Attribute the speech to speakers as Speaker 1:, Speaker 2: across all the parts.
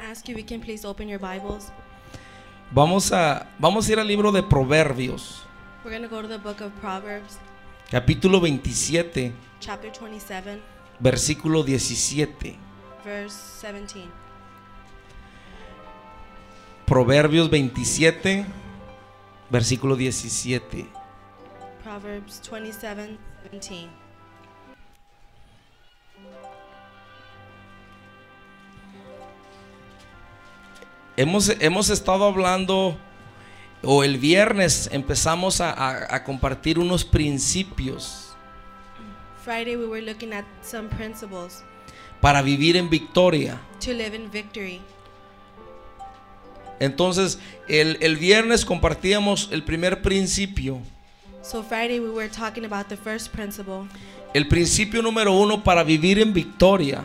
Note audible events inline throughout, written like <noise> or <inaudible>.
Speaker 1: ask you, we can please open your Bibles.
Speaker 2: Vamos a, vamos a ir al libro de Proverbios,
Speaker 1: We're going to go to the book of Proverbs,
Speaker 2: capítulo 27,
Speaker 1: chapter 27,
Speaker 2: versículo 17.
Speaker 1: verse 17.
Speaker 2: Proverbios 27, versículo 17.
Speaker 1: Proverbs 27, 17.
Speaker 2: Hemos, hemos estado hablando, o el viernes empezamos a, a- a compartir unos principios
Speaker 1: Friday, we were looking at some principles
Speaker 2: para vivir en victoria.
Speaker 1: to live in victory.
Speaker 2: Entonces, el, el viernes compartíamos el primer principio.
Speaker 1: So, Friday, we were talking about the first principle,
Speaker 2: El principio número uno para vivir en victoria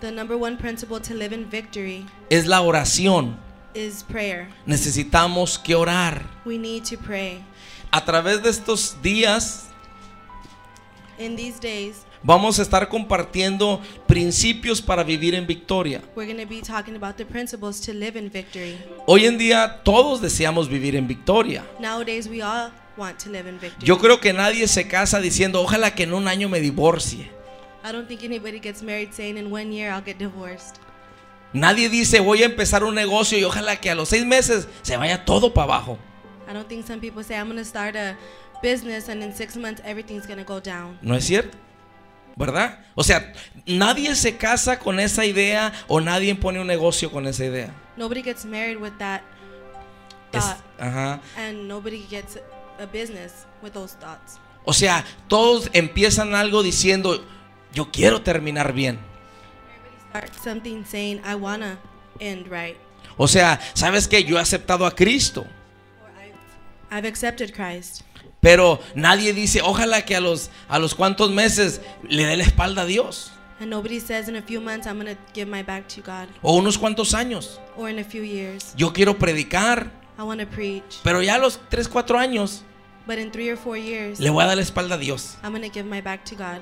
Speaker 1: the number one principle to live in victory
Speaker 2: es la oración.
Speaker 1: is prayer.
Speaker 2: Necesitamos que orar.
Speaker 1: We need to pray.
Speaker 2: A través de estos días
Speaker 1: In these days,
Speaker 2: vamos a estar compartiendo principios para vivir en victoria.
Speaker 1: we're going to be talking about the principles to live in victory.
Speaker 2: Hoy en día todos deseamos vivir en victoria.
Speaker 1: Nowadays, we all want to live in victory.
Speaker 2: Yo creo que nadie se casa diciendo, ojalá que en un año me divorcie.
Speaker 1: I don't think anybody gets married saying, in one year, I'll get divorced.
Speaker 2: Nadie dice, voy a empezar un negocio y ojalá que a los seis meses se vaya todo para abajo.
Speaker 1: I don't think some people say, I'm going to start a business and in six months, everything's going to go down.
Speaker 2: ¿No es cierto? ¿Verdad? O sea, nadie se casa con esa idea o nadie pone un negocio con esa idea.
Speaker 1: Nobody gets married with that Ah.
Speaker 2: Es-
Speaker 1: thought,
Speaker 2: ajá.
Speaker 1: and nobody gets a business with those thoughts.
Speaker 2: O sea, todos empiezan algo diciendo, yo quiero terminar bien.
Speaker 1: Start something saying, I want to end right,
Speaker 2: O sea, ¿sabes qué? Yo he aceptado a Cristo,
Speaker 1: or I've, I've accepted Christ.
Speaker 2: pero nadie dice, ojalá que a los, a los cuantos meses le dé la espalda a Dios.
Speaker 1: And nobody says, in a few months, I'm going to give my back to God,
Speaker 2: O unos cuantos años.
Speaker 1: or in a few years,
Speaker 2: Yo quiero predicar,
Speaker 1: I want to preach.
Speaker 2: pero ya a los 3, 4 años
Speaker 1: But in three or four years,
Speaker 2: le voy a dar la espalda a Dios.
Speaker 1: I'm going to give my back to God.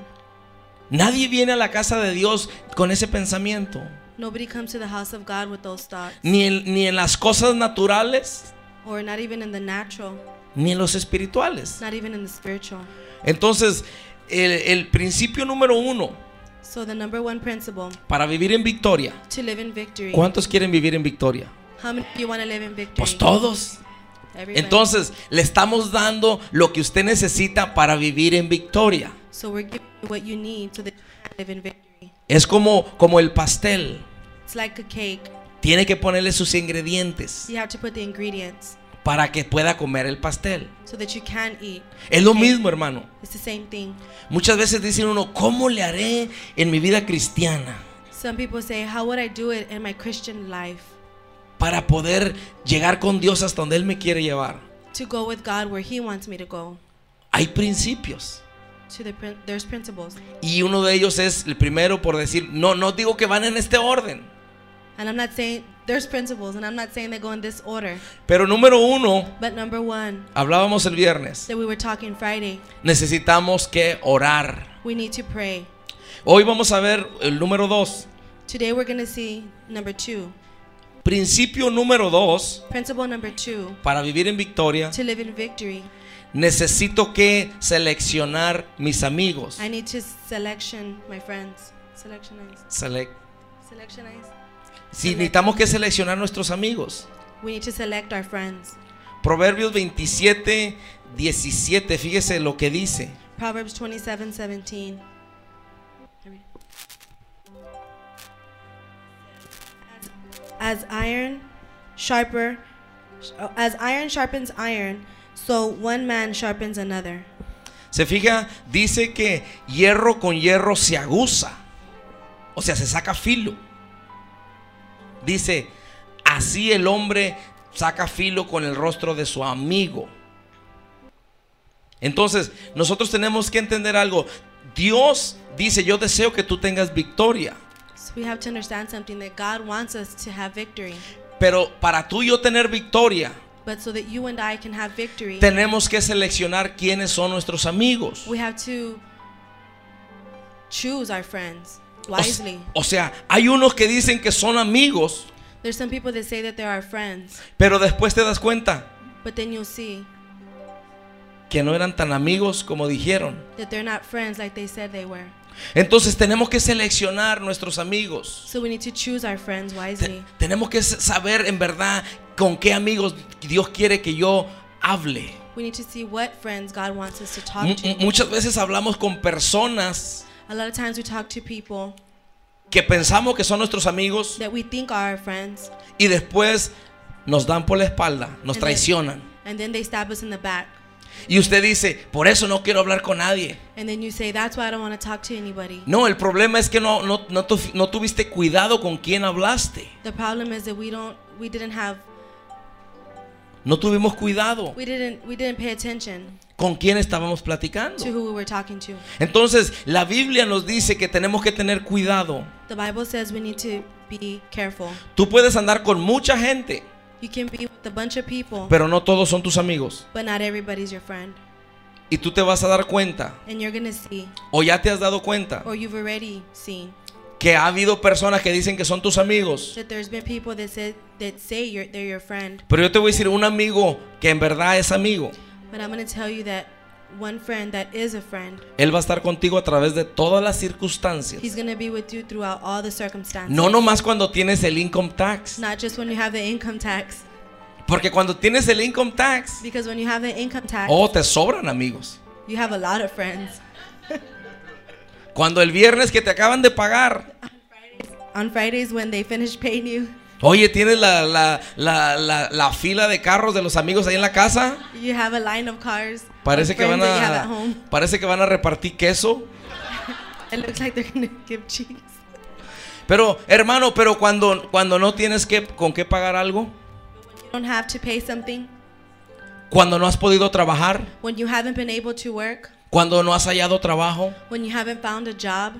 Speaker 2: Nadie viene a la casa de Dios con ese pensamiento.
Speaker 1: Nobody comes to the house of God with those thoughts,
Speaker 2: Ni en, ni en las cosas naturales,
Speaker 1: or not even in the natural,
Speaker 2: ni en los espirituales.
Speaker 1: not even in the spiritual.
Speaker 2: Entonces, el, el principio número uno
Speaker 1: So, the number one principle
Speaker 2: para vivir en victoria.
Speaker 1: to live in victory.
Speaker 2: ¿Cuántos quieren vivir en victoria?
Speaker 1: How many of you want to live in victory?
Speaker 2: Pues todos.
Speaker 1: Everybody.
Speaker 2: Entonces, le estamos dando lo que usted necesita para vivir en victoria.
Speaker 1: so, we're giving you what you need so that you can live in victory.
Speaker 2: Es como, como el pastel.
Speaker 1: It's like a cake.
Speaker 2: Tiene que ponerle sus ingredientes
Speaker 1: You have to put the ingredients
Speaker 2: para que pueda comer el pastel.
Speaker 1: so that you can eat.
Speaker 2: Es lo mismo, hermano.
Speaker 1: It's the same thing.
Speaker 2: Muchas veces dicen uno, ¿cómo le haré en mi vida cristiana
Speaker 1: Some people say, How would I do it in my Christian life?
Speaker 2: para poder llegar con Dios hasta donde Él me quiere llevar?
Speaker 1: To go with God where He wants me to go.
Speaker 2: Hay principios.
Speaker 1: To the prin- There's principles.
Speaker 2: Y uno de ellos es el primero por decir, no, no digo que van en este orden.
Speaker 1: And I'm not saying there's principles, and I'm not saying they go in this order.
Speaker 2: Pero número uno,
Speaker 1: But number one
Speaker 2: hablábamos el viernes,
Speaker 1: that we were talking Friday,
Speaker 2: necesitamos que orar.
Speaker 1: we need to pray.
Speaker 2: Hoy vamos a ver el número dos.
Speaker 1: Today we're going to see number two.
Speaker 2: Principio número dos,
Speaker 1: Principle number two
Speaker 2: para vivir en victoria,
Speaker 1: to live in victory,
Speaker 2: necesito que seleccionar mis amigos.
Speaker 1: I need to selection my friends. Selectionize.
Speaker 2: Selec-
Speaker 1: Selectionize.
Speaker 2: Sí, necesitamos que seleccionar nuestros amigos.
Speaker 1: We need to select our friends.
Speaker 2: Proverbios 27, 17, fíjese lo que dice.
Speaker 1: Proverbs 27 17. As iron sharper, as iron sharpens iron, so one man sharpens another.
Speaker 2: Se fija, dice que hierro con hierro se aguza. O sea, se saca filo. Dice, así el hombre saca filo con el rostro de su amigo. Entonces, nosotros tenemos que entender algo. Dios dice, yo deseo que tú tengas victoria.
Speaker 1: So we have to understand something that God wants us to have victory.
Speaker 2: Pero para tú y yo tener victoria,
Speaker 1: But so that you and I can have victory,
Speaker 2: tenemos que seleccionar quiénes son nuestros amigos.
Speaker 1: we have to choose our friends
Speaker 2: O s-
Speaker 1: wisely.
Speaker 2: o sea, hay unos que dicen que son amigos,
Speaker 1: There's some people that say that they're our friends,
Speaker 2: Pero después te das cuenta
Speaker 1: but then you'll see
Speaker 2: que no eran tan amigos como dijeron.
Speaker 1: that they're not friends like they said they were.
Speaker 2: Entonces tenemos que seleccionar nuestros amigos.
Speaker 1: So we need to choose our friends
Speaker 2: Te-
Speaker 1: wisely.
Speaker 2: tenemos que s- saber en verdad con qué amigos Dios quiere que yo hable.
Speaker 1: We need to see what friends God wants us to
Speaker 2: Mu-
Speaker 1: talk
Speaker 2: mu-
Speaker 1: to.
Speaker 2: muchas veces hablamos con personas
Speaker 1: A lot of times we talk to people
Speaker 2: que pensamos que son nuestros amigos
Speaker 1: that we think are our friends,
Speaker 2: y después nos dan por la espalda, nos
Speaker 1: And then-
Speaker 2: traicionan.
Speaker 1: and then they stab us in the back.
Speaker 2: Y usted dice, por eso no quiero hablar con nadie.
Speaker 1: And then you say, That's why I don't want to talk to anybody.
Speaker 2: No, el problema es que no, no, no tu- no tuviste cuidado con quién hablaste.
Speaker 1: The problem is that we don't we didn't have
Speaker 2: No tuvimos cuidado
Speaker 1: we didn't we didn't pay attention
Speaker 2: con quién estábamos platicando.
Speaker 1: to who we were talking to.
Speaker 2: Entonces, la Biblia nos dice que tenemos que tener cuidado.
Speaker 1: The Bible says we need to be careful.
Speaker 2: Tú puedes andar con mucha gente,
Speaker 1: You can be with a bunch of people,
Speaker 2: pero no todos son tus amigos.
Speaker 1: but not everybody's your friend.
Speaker 2: Y tú te vas a dar cuenta,
Speaker 1: And you're gonna see,
Speaker 2: o ya te has dado cuenta,
Speaker 1: or you've already seen,
Speaker 2: que ha habido personas que dicen que son tus amigos.
Speaker 1: that there's been people that said that say you're, they're your friend,
Speaker 2: Pero yo te voy a decir un amigo que en verdad es amigo.
Speaker 1: but I'm gonna tell you that one friend that is a friend,
Speaker 2: Él va a estar contigo a través de todas las circunstancias.
Speaker 1: he's gonna be with you throughout all the circumstances.
Speaker 2: No nomás cuando tienes el income tax.
Speaker 1: Not just when you have the income tax,
Speaker 2: Porque cuando tienes el income tax,
Speaker 1: because when you have the income tax,
Speaker 2: oh, te sobran amigos.
Speaker 1: you have a lot of friends.
Speaker 2: Cuando el viernes que te acaban de pagar,
Speaker 1: On Fridays when they finish paying you,
Speaker 2: oye, tienes la, la- la- la- la fila de carros de los amigos ahí en la casa.
Speaker 1: you have a line of cars. of
Speaker 2: Parece que
Speaker 1: friends
Speaker 2: van
Speaker 1: that you have at
Speaker 2: a,
Speaker 1: home.
Speaker 2: parece que van a repartir queso.
Speaker 1: It looks like they're gonna <laughs> give cheese.
Speaker 2: Pero, hermano, pero cuando, cuando no tienes que, con qué pagar algo,
Speaker 1: You don't have to pay something
Speaker 2: cuando no has podido trabajar,
Speaker 1: when you haven't been able to work,
Speaker 2: cuando no has hallado trabajo,
Speaker 1: when you haven't found a job.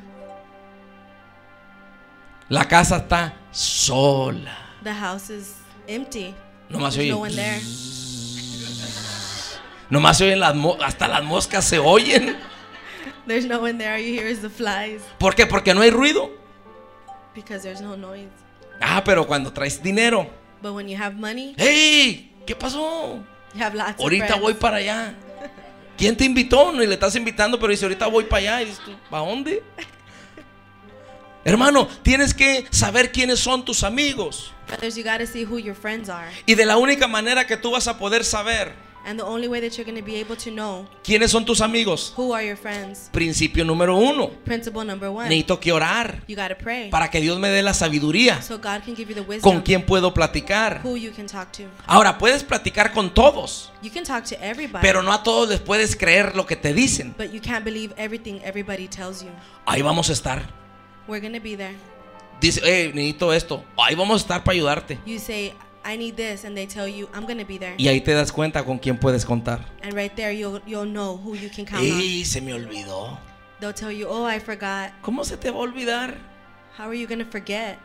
Speaker 2: la casa está sola.
Speaker 1: The house is empty.
Speaker 2: Nomás
Speaker 1: There's
Speaker 2: oye.
Speaker 1: no one there.
Speaker 2: Nomás se oyen las mo- hasta las moscas se oyen.
Speaker 1: There's no one there. All you hear is the flies
Speaker 2: ¿Por qué? Porque no hay ruido.
Speaker 1: because there's no noise.
Speaker 2: Ah, pero cuando traes dinero.
Speaker 1: But when you have money,
Speaker 2: ¡Hey! ¿Qué pasó?
Speaker 1: you have lots
Speaker 2: Ahorita
Speaker 1: of
Speaker 2: voy
Speaker 1: friends.
Speaker 2: para allá. ¿Quién te invitó? No, y le estás invitando, pero dice, ahorita voy para allá. Y dices tú, ¿para dónde? Hermano, tienes que saber quiénes son tus amigos.
Speaker 1: Brothers, you got to see who your friends are.
Speaker 2: Y de la única manera que tú vas a poder saber
Speaker 1: And the only way that you're going to be able to know
Speaker 2: quiénes son tus amigos.
Speaker 1: who are your friends,
Speaker 2: Principio número uno.
Speaker 1: principle number one,
Speaker 2: Necesito que orar
Speaker 1: you got to pray
Speaker 2: para que Dios me dé la sabiduría.
Speaker 1: so God can give you the wisdom
Speaker 2: ¿Con quién puedo platicar?
Speaker 1: who you can talk to.
Speaker 2: Ahora, puedes platicar con todos,
Speaker 1: You can talk to everybody,
Speaker 2: pero no a todos les puedes creer lo que te dicen.
Speaker 1: but you can't believe everything everybody tells you.
Speaker 2: Ahí vamos a estar.
Speaker 1: We're going to be there.
Speaker 2: Dice, hey, necesito esto. Ahí vamos a estar para ayudarte.
Speaker 1: You say, I need this, and they tell you, I'm going to be there.
Speaker 2: Y ahí te das cuenta con quién puedes contar.
Speaker 1: And right there, you'll, you'll know who you can count on.
Speaker 2: Y se me olvidó.
Speaker 1: They'll tell you, oh, I forgot.
Speaker 2: ¿Cómo se te va a olvidar?
Speaker 1: How are you going to forget?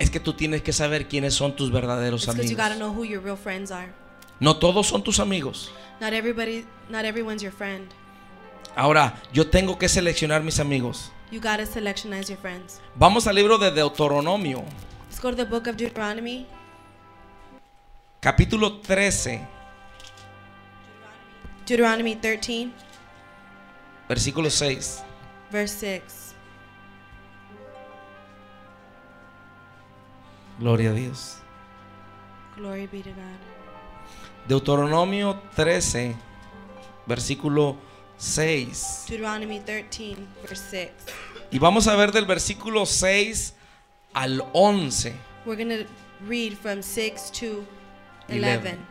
Speaker 2: Es que tú tienes que saber quiénes son tus verdaderos
Speaker 1: It's because you got to
Speaker 2: amigos.
Speaker 1: know who your real friends are.
Speaker 2: No todos son tus amigos.
Speaker 1: Not everybody, not everyone's your friend.
Speaker 2: Ahora, yo tengo que seleccionar mis amigos.
Speaker 1: You got to selectionize your friends.
Speaker 2: Vamos al libro de Deuteronomio,
Speaker 1: Let's go to the book of Deuteronomy,
Speaker 2: capítulo 13,
Speaker 1: Deuteronomy 13,
Speaker 2: versículo 6.
Speaker 1: verse 6.
Speaker 2: Gloria a Dios.
Speaker 1: Glory be to God.
Speaker 2: Deuteronomio 13, versículo 6.
Speaker 1: Deuteronomy 13, verse 6.
Speaker 2: Y vamos a ver del versículo 6 al 11.
Speaker 1: We're going to read from 6 to
Speaker 2: 11.
Speaker 1: 11.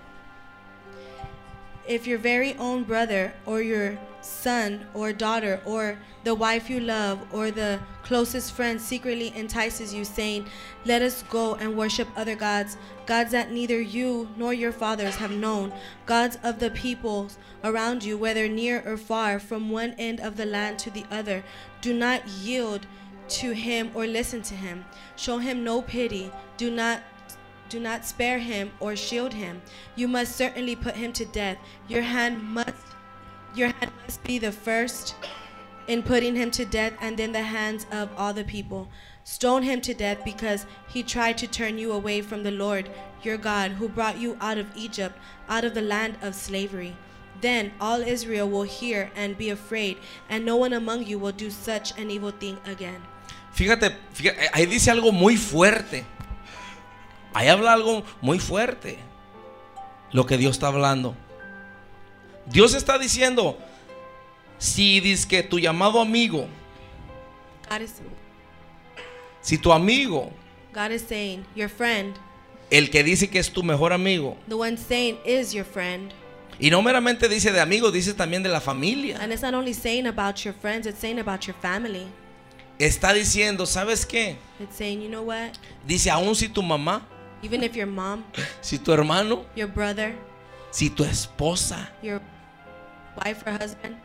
Speaker 1: If your very own brother or your son or daughter or the wife you love or the closest friend secretly entices you, saying, Let us go and worship other gods, gods that neither you nor your fathers have known, gods of the peoples around you, whether near or far, from one end of the land to the other, do not yield to him or listen to him. Show him no pity. Do not do not spare him or shield him. You must certainly put him to death. Your hand must your hand must be the first in putting him to death and then the hands of all the people. Stone him to death because he tried to turn you away from the Lord your God, who brought you out of Egypt, out of the land of slavery. Then all Israel will hear and be afraid, and no one among you will do such an evil thing again.
Speaker 2: Fíjate, fíjate, eh, ahí dice algo muy fuerte. Ahí habla algo muy fuerte. Lo que Dios está hablando. Dios está diciendo, si dices que tu llamado amigo,
Speaker 1: God is,
Speaker 2: si tu amigo,
Speaker 1: God is saying, your friend,
Speaker 2: el que dice que es tu mejor amigo,
Speaker 1: the one saying is your friend.
Speaker 2: y no meramente dice de amigo, dice también de la familia,
Speaker 1: And it's not only saying about your friends, it's saying about your family.
Speaker 2: está diciendo, ¿sabes qué?
Speaker 1: It's saying, you know what?
Speaker 2: Dice, aun si tu mamá,
Speaker 1: Even if your mom,
Speaker 2: si tu hermano,
Speaker 1: your brother,
Speaker 2: si tu esposa,
Speaker 1: your wife or husband,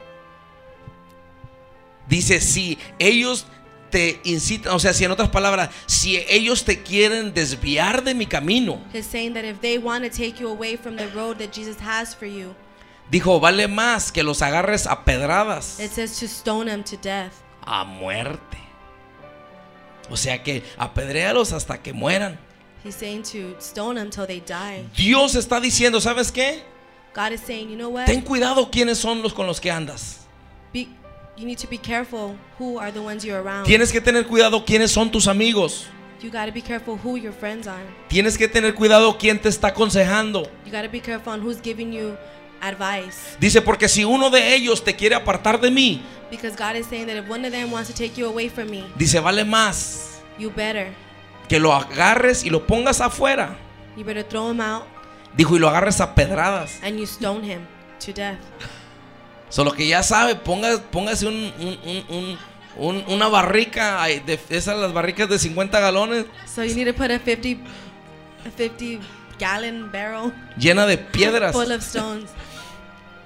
Speaker 2: Dice, si ellos te incitan, o sea, si en otras palabras, si ellos te quieren desviar de mi camino,
Speaker 1: is saying that if they want to take you away from the road that Jesus has for you,
Speaker 2: dijo, vale más que los agarres a pedradas,
Speaker 1: it says to stone them to death,
Speaker 2: a muerte. O sea que apedréalos hasta que mueran.
Speaker 1: He's saying to stone them till they die.
Speaker 2: Dios está diciendo, ¿sabes qué?
Speaker 1: God is saying, you know
Speaker 2: Ten
Speaker 1: what?
Speaker 2: cuidado quiénes son los con los que andas.
Speaker 1: Be, you need to be careful who are the ones you're around.
Speaker 2: Tienes que tener cuidado quiénes son tus amigos.
Speaker 1: You got to be careful who your friends are.
Speaker 2: Tienes que tener cuidado quién te está aconsejando.
Speaker 1: You got to be careful on who's giving you advice.
Speaker 2: Dice, porque si uno de ellos te quiere apartar de mí,
Speaker 1: Because God is saying that if one of them wants to take you away from me,
Speaker 2: dice, vale más
Speaker 1: you better.
Speaker 2: que lo agarres y lo pongas afuera.
Speaker 1: You better throw him out
Speaker 2: Dijo, y lo agarres a pedradas.
Speaker 1: and you stone him to death.
Speaker 2: Solo que ya sabe, ponga- póngase un, un- un- un- un- una barrica, ay, de, esas las barricas de 50 galones,
Speaker 1: So you need to put a 50 a 50 gallon barrel
Speaker 2: llena de piedras.
Speaker 1: full of stones.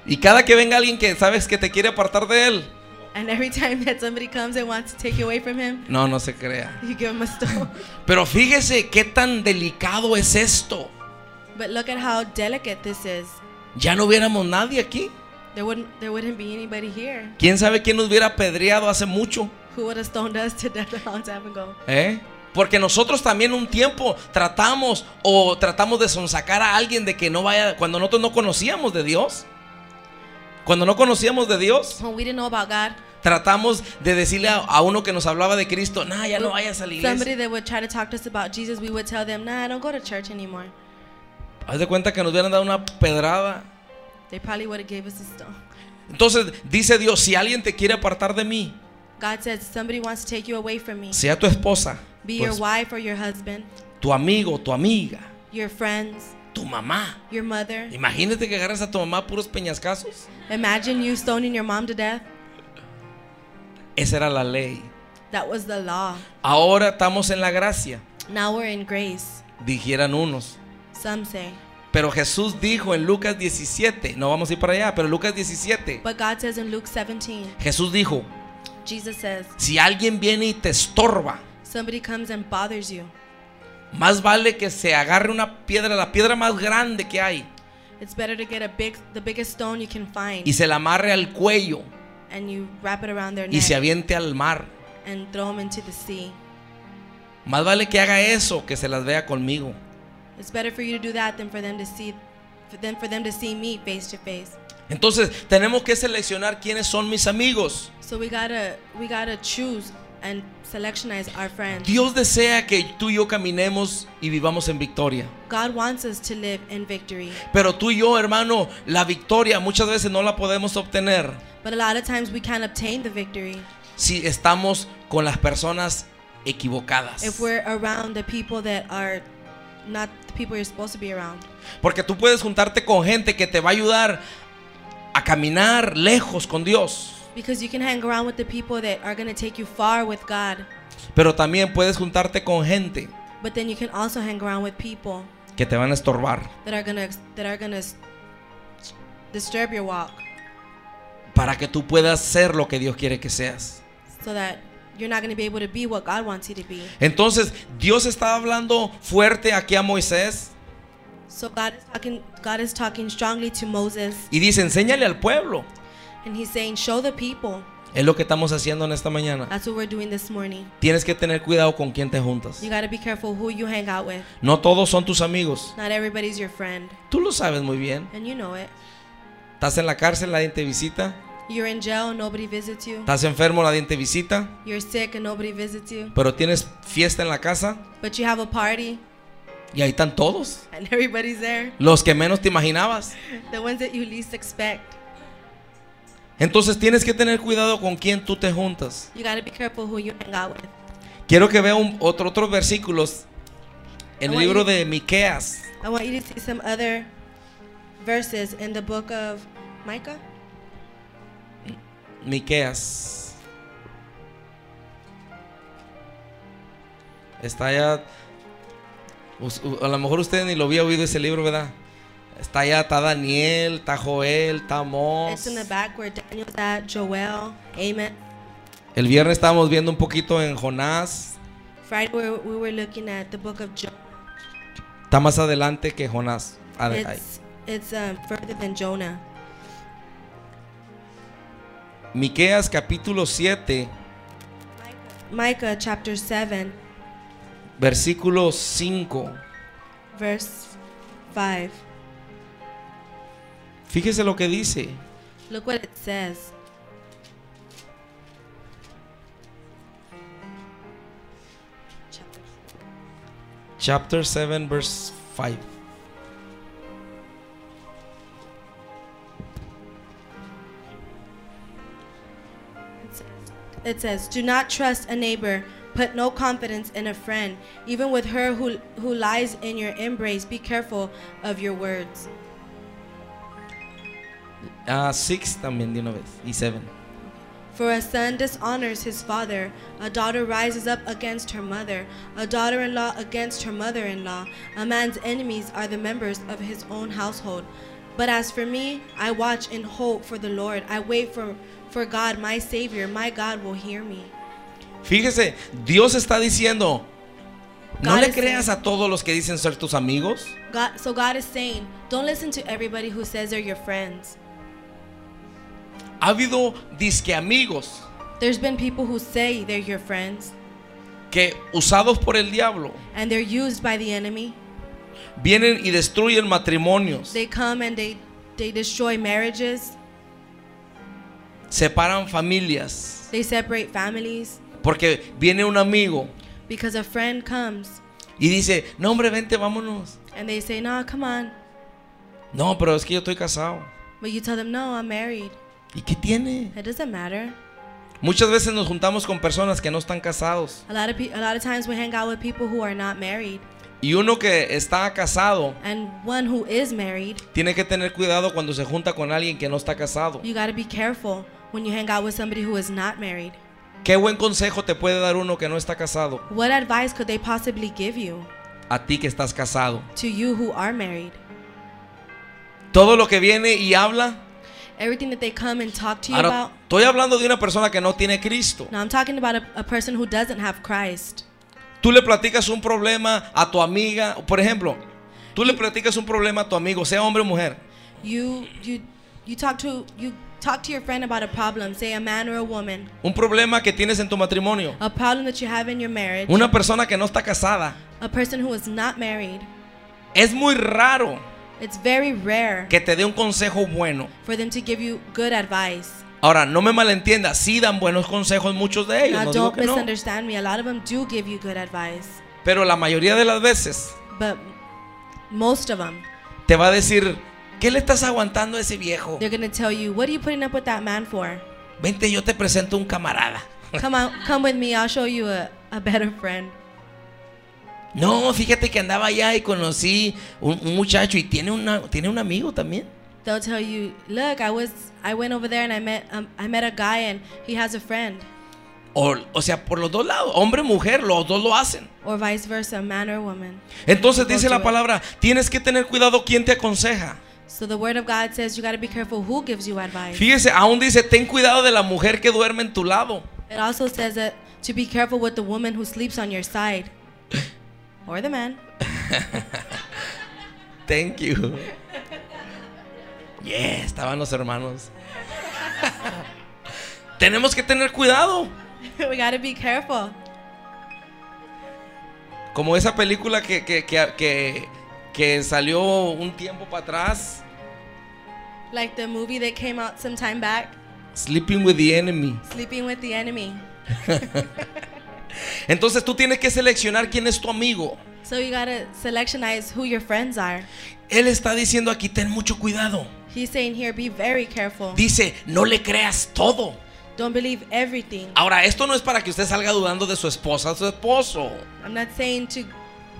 Speaker 2: Y cada que venga alguien que sabes que te quiere apartar de él,
Speaker 1: And every time that somebody comes and wants to take you away from him,
Speaker 2: no, no se crea.
Speaker 1: you give him a
Speaker 2: <laughs>
Speaker 1: stone.
Speaker 2: Pero fíjese qué tan delicado es esto.
Speaker 1: But look at how delicate this is.
Speaker 2: Ya no hubiéramos nadie aquí.
Speaker 1: There wouldn't there wouldn't be anybody here
Speaker 2: ¿Quién sabe quién nos hubiera apedreado hace mucho?
Speaker 1: who would have stoned us to death a long time ago.
Speaker 2: ¿Eh? Porque nosotros también un tiempo tratamos o tratamos de sonsacar a alguien de que no vaya, cuando nosotros no conocíamos de Dios. Cuando no conocíamos de Dios,
Speaker 1: When we didn't know about God,
Speaker 2: tratamos de decirle a, a uno que nos hablaba de Cristo, nah, ya no vayas a la
Speaker 1: somebody
Speaker 2: iglesia.
Speaker 1: that would try to talk to us about Jesus, we would tell them, "Nah, I don't go to church anymore."
Speaker 2: Haz de cuenta que nos hubieran dado una pedrada.
Speaker 1: They probably would have gave us a stone.
Speaker 2: Entonces dice Dios, si alguien te quiere apartar de mí,
Speaker 1: God says, "Somebody wants to take you away from me.
Speaker 2: sea tu esposa,
Speaker 1: Be
Speaker 2: tu
Speaker 1: your
Speaker 2: esp-
Speaker 1: wife or your husband,
Speaker 2: tu amigo, tu amiga,
Speaker 1: your friends,
Speaker 2: tu mamá.
Speaker 1: your mother.
Speaker 2: Imagínate que agarras a tu mamá a puros peñascazos.
Speaker 1: Imagine you stoning your mom to death.
Speaker 2: Esa era la ley.
Speaker 1: That was the law.
Speaker 2: Ahora estamos en la gracia.
Speaker 1: Now we're in grace.
Speaker 2: dijeran unos.
Speaker 1: Some say.
Speaker 2: Pero Jesús dijo en Lucas 17, no vamos a ir para allá, pero Lucas 17,
Speaker 1: But God says in Luke 17,
Speaker 2: Jesús dijo,
Speaker 1: Jesus says,
Speaker 2: si alguien viene y te estorba,
Speaker 1: somebody comes and bothers you.
Speaker 2: más vale que se agarre una piedra, la piedra más grande que hay,
Speaker 1: It's better to get a big, the biggest stone you can find,
Speaker 2: y se la amarre al cuello
Speaker 1: and you wrap it around their
Speaker 2: y se
Speaker 1: neck
Speaker 2: aviente al mar.
Speaker 1: and throw them into the sea.
Speaker 2: Más vale que haga eso que se las vea conmigo.
Speaker 1: It's better for you to do that than for them to see, for them for them to see me face to face.
Speaker 2: Entonces tenemos que seleccionar quiénes son mis amigos.
Speaker 1: So we gotta, we gotta choose and selectionize our friends.
Speaker 2: Dios desea que tú y yo caminemos y vivamos en victoria.
Speaker 1: God wants us to live in victory,
Speaker 2: Pero tú y yo, hermano, la victoria muchas veces no la podemos obtener
Speaker 1: but a lot of times we can't obtain the victory
Speaker 2: si estamos con las personas equivocadas.
Speaker 1: if we're around the people that are not the people you're supposed to be around.
Speaker 2: Porque tú puedes juntarte con gente que te va a ayudar a caminar lejos con Dios.
Speaker 1: Because you can hang around with the people that are going to take you far with God,
Speaker 2: Pero también puedes juntarte con gente
Speaker 1: but then you can also hang around with people
Speaker 2: que te van a estorbar
Speaker 1: that are going to that are going to disturb your walk
Speaker 2: para que tú puedas ser lo que Dios quiere que seas.
Speaker 1: so that you're not going to be able to be what God wants you to be.
Speaker 2: Entonces, Dios está hablando fuerte aquí a Moisés
Speaker 1: So God is talking God is talking strongly to Moses
Speaker 2: y dice, enséñale al pueblo
Speaker 1: and he's saying, "Show the people
Speaker 2: Es lo que estamos haciendo en esta mañana.
Speaker 1: That's what we're doing this morning.
Speaker 2: Tienes que tener cuidado con quién te juntas.
Speaker 1: You got to be careful who you hang out with.
Speaker 2: No todos son tus amigos.
Speaker 1: Not everybody's your friend,
Speaker 2: Tú lo sabes muy bien.
Speaker 1: and you know it.
Speaker 2: Estás en la cárcel, nadie te visita.
Speaker 1: You're in jail, nobody visits you.
Speaker 2: Estás enfermo, nadie te visita.
Speaker 1: You're sick and nobody visits you.
Speaker 2: Pero tienes fiesta en la casa
Speaker 1: But you have a party
Speaker 2: y ahí están todos.
Speaker 1: and <laughs> everybody's there.
Speaker 2: Los que menos te imaginabas.
Speaker 1: The ones that you least expect.
Speaker 2: Entonces tienes que tener cuidado con quién tú te juntas.
Speaker 1: You got to be careful who you hang out with.
Speaker 2: Quiero que vea un- otro, otros versículos en el
Speaker 1: Oye.
Speaker 2: libro de Miqueas.
Speaker 1: I want you to see some other verses in the book of Micah.
Speaker 2: Miqueas. Está allá. us- u- A lo mejor usted ni lo había oído ese libro, ¿verdad? Está allá, está Daniel, está Joel, está
Speaker 1: It's
Speaker 2: Mos.
Speaker 1: in the back where Daniel's at, Joel, Amen.
Speaker 2: El viernes estábamos viendo un poquito en Jonás.
Speaker 1: Friday we were, we were looking at the book of Joel.
Speaker 2: Está más adelante que Jonás. Ah, A- a-
Speaker 1: It's, it's um, further than Jonah.
Speaker 2: Miqueas capítulo 7,
Speaker 1: Micah chapter 7,
Speaker 2: versículo 5.
Speaker 1: verse 5.
Speaker 2: Fíjese lo que dice.
Speaker 1: Look what it says. Chapter
Speaker 2: Chapter 7, verse 5.
Speaker 1: It says, Do not trust a neighbor. Put no confidence in a friend. Even with her who, who lies in your embrace, be careful of your words.
Speaker 2: Ah, 6 también de una vez. Y 7.
Speaker 1: For a son dishonors his father, a daughter rises up against her mother, a daughter in law against her mother in law. A man's enemies are the members of his own household. But as for me, I watch and hope for the Lord. I wait for, for God, my Savior. My God will hear me.
Speaker 2: Fíjese, Dios está diciendo, no
Speaker 1: God
Speaker 2: le
Speaker 1: is
Speaker 2: creas
Speaker 1: saying-
Speaker 2: a todos los que dicen ser tus amigos.
Speaker 1: God, so God is saying, don't listen to everybody who says they're your friends.
Speaker 2: Ha habido disque amigos
Speaker 1: There's been people who say they're your friends
Speaker 2: que usados por el diablo
Speaker 1: and they're used by the enemy.
Speaker 2: vienen y destruyen matrimonios,
Speaker 1: They come and they they destroy marriages,
Speaker 2: separan familias,
Speaker 1: they separate families
Speaker 2: porque viene un amigo
Speaker 1: because a friend comes
Speaker 2: y dice, no hombre, vente, vámonos.
Speaker 1: and they say, "Nah, come on."
Speaker 2: No, pero es que yo estoy casado.
Speaker 1: But you tell them, "No, I'm married."
Speaker 2: ¿Y qué tiene?
Speaker 1: It doesn't matter.
Speaker 2: Muchas veces nos juntamos con personas que no están casados.
Speaker 1: A lot of pe- a lot of times we hang out with people who are not married,
Speaker 2: Y uno que está casado
Speaker 1: and one who is married,
Speaker 2: tiene que tener cuidado cuando se junta con alguien que no está casado.
Speaker 1: you got to be careful when you hang out with somebody who is not married.
Speaker 2: ¿Qué buen consejo te puede dar uno que no está casado?
Speaker 1: What advice could they possibly give you
Speaker 2: A ti que estás casado.
Speaker 1: to you who are married?
Speaker 2: Todo lo que viene y habla.
Speaker 1: Everything that they come and talk to you
Speaker 2: Ahora,
Speaker 1: about.
Speaker 2: estoy hablando de una persona que no tiene Cristo.
Speaker 1: Now I'm talking about a, a person who doesn't have Christ.
Speaker 2: Tú le platicas un problema a tu amiga. Por ejemplo, tú le platicas un problema a tu amigo, sea hombre o mujer.
Speaker 1: You you you talk to you talk to your friend about a problem, say a man or a woman,
Speaker 2: Un problema que tienes en tu matrimonio.
Speaker 1: a problem that you have in your marriage,
Speaker 2: Una persona que no está casada.
Speaker 1: a person who is not married.
Speaker 2: Es muy raro
Speaker 1: It's very rare
Speaker 2: que te dé un consejo bueno.
Speaker 1: for them to give you good advice.
Speaker 2: Ahora, no me malentiendas. Sí dan buenos consejos muchos de
Speaker 1: Now
Speaker 2: ellos. No digo
Speaker 1: don't
Speaker 2: que no.
Speaker 1: misunderstand me. A lot of them do give you good advice,
Speaker 2: Pero la mayoría de las veces
Speaker 1: but most of them
Speaker 2: te va a decir, ¿qué le estás aguantando a ese viejo?
Speaker 1: they're gonna tell you, "What are you putting up with that man
Speaker 2: <laughs>
Speaker 1: for?"
Speaker 2: Vente, yo te presento un camarada.
Speaker 1: Come out, come with me. I'll show you a, a better friend.
Speaker 2: No, fíjate que andaba allá y conocí un, un muchacho y tiene, una, tiene un amigo también.
Speaker 1: They'll tell you, "Look, I was I went over there and I met um, I met a guy and he has a friend."
Speaker 2: O, o sea, por los dos lados, hombre, mujer, los dos lo hacen.
Speaker 1: or vice versa, man or woman.
Speaker 2: Entonces dice
Speaker 1: Ocho,
Speaker 2: la
Speaker 1: eh.
Speaker 2: palabra, tienes que tener cuidado quién te aconseja.
Speaker 1: So the word of God says you got to be careful who gives you advice.
Speaker 2: Fíjese, aún dice, ten cuidado de la mujer que duerme en tu lado.
Speaker 1: It also says that to be careful with the woman who sleeps on your side or the man. <laughs>
Speaker 2: Thank you. Yeah, estaban los hermanos. <laughs> Tenemos que tener cuidado.
Speaker 1: we gotta be careful.
Speaker 2: Como esa película que, que, que, que, que salió un tiempo para atrás,
Speaker 1: Like the movie that came out some time back,
Speaker 2: Sleeping with the Enemy.
Speaker 1: Sleeping with the Enemy.
Speaker 2: Entonces tú tienes que seleccionar quién es tu amigo.
Speaker 1: So you gotta selectionize who your friends are.
Speaker 2: Él está diciendo aquí, ten mucho cuidado.
Speaker 1: He's saying here, be very careful.
Speaker 2: Dice, no le creas todo.
Speaker 1: Don't believe everything.
Speaker 2: Ahora, esto no es para que usted salga dudando de su esposa o su esposo.
Speaker 1: I'm not saying to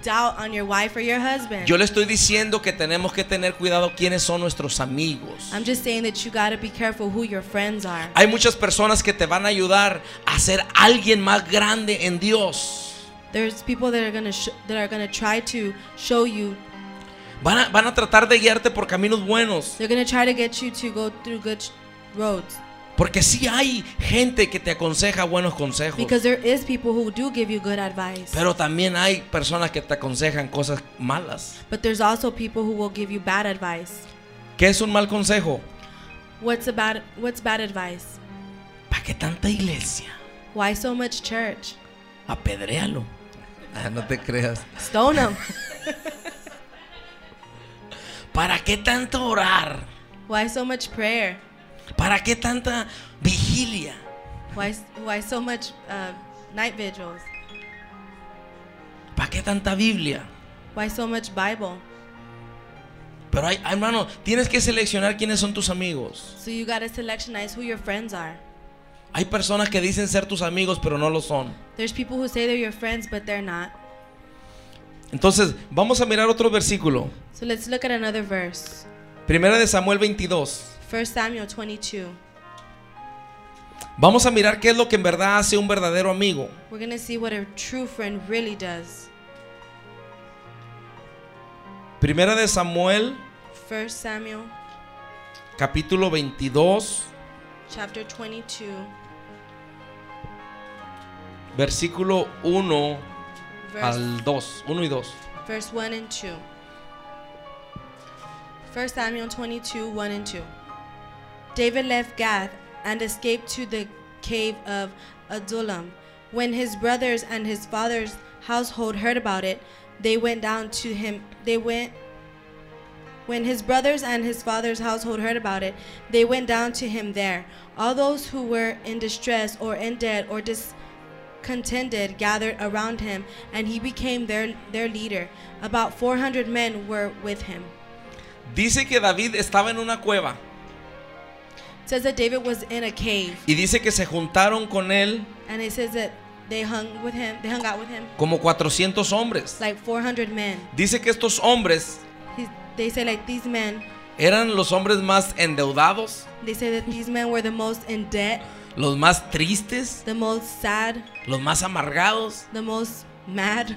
Speaker 1: doubt on your wife or your husband.
Speaker 2: Yo le estoy diciendo que tenemos que tener cuidado quiénes son nuestros amigos.
Speaker 1: I'm just saying that you gotta be careful who your friends are.
Speaker 2: Hay muchas personas que te van a ayudar a ser alguien más grande en Dios.
Speaker 1: There's people that are gonna sh- that are gonna try to show you.
Speaker 2: Van a, van a tratar de guiarte por caminos buenos.
Speaker 1: They're gonna try to get you to go through good sh- roads
Speaker 2: Porque sí hay gente que te aconseja buenos consejos.
Speaker 1: because there is people who do give you good advice.
Speaker 2: Pero también hay personas que te aconsejan cosas malas.
Speaker 1: But there's also people who will give you bad advice.
Speaker 2: ¿Qué es un mal consejo?
Speaker 1: What's about what's bad advice?
Speaker 2: ¿Para qué tanta iglesia?
Speaker 1: Why so much church?
Speaker 2: Apedréalo. Ah, no te creas.
Speaker 1: Stone them.
Speaker 2: ¿Para qué tanto orar?
Speaker 1: Why so much prayer?
Speaker 2: ¿Para qué tanta vigilia?
Speaker 1: Why why so much uh, night vigils?
Speaker 2: ¿Para qué tanta Biblia?
Speaker 1: Why so much Bible?
Speaker 2: Pero hay, ah, hermano, tienes que seleccionar quiénes son tus amigos.
Speaker 1: So you gotta selectionize who your friends are.
Speaker 2: Hay personas que dicen ser tus amigos, pero no lo son.
Speaker 1: There's people who say they're your friends, but they're not.
Speaker 2: Entonces, vamos a mirar otro versículo.
Speaker 1: So let's look at another verse.
Speaker 2: Primera de Samuel 22.
Speaker 1: 1 Samuel 22.
Speaker 2: Vamos a mirar qué es lo que en verdad hace un verdadero amigo.
Speaker 1: We're gonna see what a true friend really does.
Speaker 2: Primera de Samuel
Speaker 1: 1 Samuel
Speaker 2: capítulo 22,
Speaker 1: chapter 22,
Speaker 2: versículo 1
Speaker 1: verse,
Speaker 2: al 2, 1 y 2.
Speaker 1: verse 1 and 2. 1 Samuel 22, 1 and 2. David left Gath and escaped to the cave of Adullam. When his brothers and his father's household heard about it, they went down to him. They went When his brothers and his father's household heard about it, they went down to him there. All those who were in distress or in debt or discontented gathered around him, and he became their, their leader. About 400 men were with him.
Speaker 2: Dice que David estaba en una cueva
Speaker 1: It says that David was in a cave,
Speaker 2: y dice que se juntaron con él
Speaker 1: and it says that they hung with him, they hung out with him,
Speaker 2: como 400 hombres.
Speaker 1: like 400 men.
Speaker 2: Dice que estos hombres
Speaker 1: He, they say like these men,
Speaker 2: eran los hombres más endeudados,
Speaker 1: they say that these men were the most in debt,
Speaker 2: los más tristes,
Speaker 1: the most sad,
Speaker 2: los más amargados,
Speaker 1: the most mad,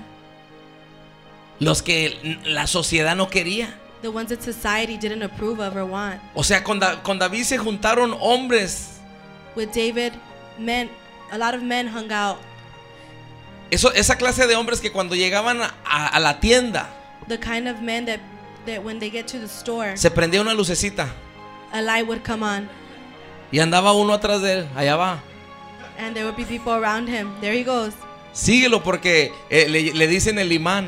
Speaker 2: los que la sociedad no quería.
Speaker 1: the ones that society didn't approve of or want.
Speaker 2: O sea, con, Da- con David se juntaron hombres.
Speaker 1: with David, men, a lot of men hung out.
Speaker 2: Eso, esa clase de hombres que cuando llegaban a, a- a la tienda
Speaker 1: The kind of men that that when they get to the store,
Speaker 2: se prendía una lucecita
Speaker 1: a light would come on,
Speaker 2: y andaba uno atrás de él. Allá va.
Speaker 1: and there would be people around him. There he goes.
Speaker 2: Síguelo porque eh, le, le dicen el imán.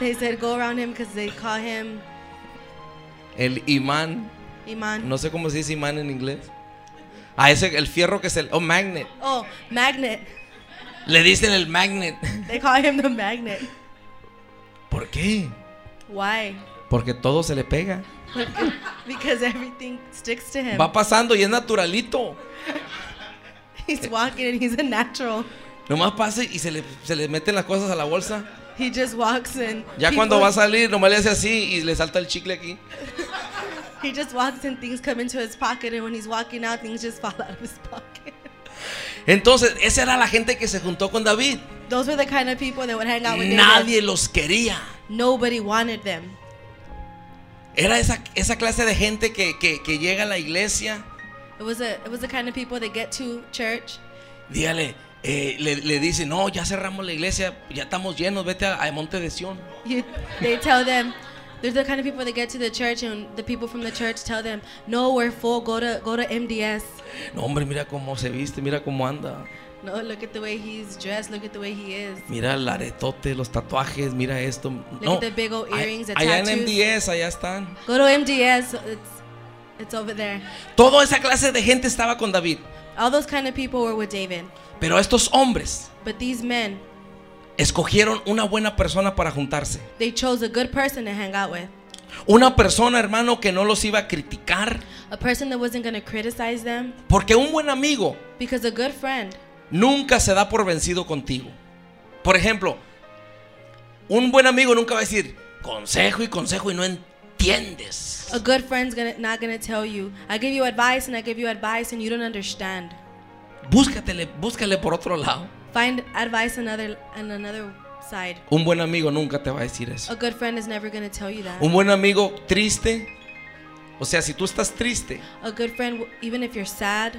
Speaker 1: They said go around him because they call him
Speaker 2: El imán.
Speaker 1: Iman.
Speaker 2: No sé cómo se dice imán en inglés. A ese, el fierro que se... O magnet.
Speaker 1: Oh, magnet.
Speaker 2: Le dicen el magnet. <laughs>
Speaker 1: They call him the magnet.
Speaker 2: ¿Por qué?
Speaker 1: Why? <laughs>
Speaker 2: Porque todo se le pega.
Speaker 1: Because everything sticks to him.
Speaker 2: Va pasando y es naturalito.
Speaker 1: He's walking and he's a natural.
Speaker 2: Nomás pasa y se le, se le meten las cosas a la bolsa.
Speaker 1: He just walks and
Speaker 2: Ya
Speaker 1: people-
Speaker 2: cuando va a salir, nomás le hace así y le salta el chicle aquí.
Speaker 1: he just walks and things come into his pocket, and when he's walking out, things just fall <laughs> out of his pocket.
Speaker 2: Entonces, esa era la gente que se juntó con David.
Speaker 1: Those were the kind of people that would hang out with David.
Speaker 2: Nadie los quería.
Speaker 1: Nobody wanted them.
Speaker 2: Era esa, esa clase de gente que, que- que llega a la iglesia.
Speaker 1: It was a it was the kind of people that get to church.
Speaker 2: Dígale, eh, le, le dice, no, ya cerramos la iglesia, ya estamos llenos, vete a, a Monte de Sión.
Speaker 1: You, they tell them, There's the kind of people that get to the church and the people from the church tell them, "No, we're full. Go to go to MDS."
Speaker 2: No, hombre, mira cómo se viste, mira cómo anda.
Speaker 1: No, look at the way he's dressed. Look at the way he is.
Speaker 2: Mira el aretote, los tatuajes, mira esto. No,
Speaker 1: at the big old
Speaker 2: a-
Speaker 1: earrings, the
Speaker 2: allá en
Speaker 1: tattoos.
Speaker 2: MDS, allá están.
Speaker 1: Go to MDS. It's it's over there.
Speaker 2: Toda esa clase de gente estaba con David.
Speaker 1: All those kind of people were with David,
Speaker 2: Pero estos hombres
Speaker 1: but these men,
Speaker 2: escogieron una buena persona para juntarse.
Speaker 1: they chose a good person to hang out with.
Speaker 2: Una persona, hermano, que no los iba a criticar.
Speaker 1: A person that wasn't going to criticize them
Speaker 2: Porque un buen amigo
Speaker 1: because a good friend
Speaker 2: nunca se da por vencido contigo. Por ejemplo, un buen amigo nunca va a decir consejo y consejo y no entiendes.
Speaker 1: A good friend's gonna, not gonna tell you. I give you advice and I give you advice and you don't understand.
Speaker 2: Búscatele, búscale por otro lado.
Speaker 1: Find advice another on another side.
Speaker 2: Un buen amigo nunca te va a decir eso.
Speaker 1: A good friend is never gonna tell you that.
Speaker 2: Un buen amigo triste. O sea, si tú estás triste,
Speaker 1: A good friend, even if you're sad,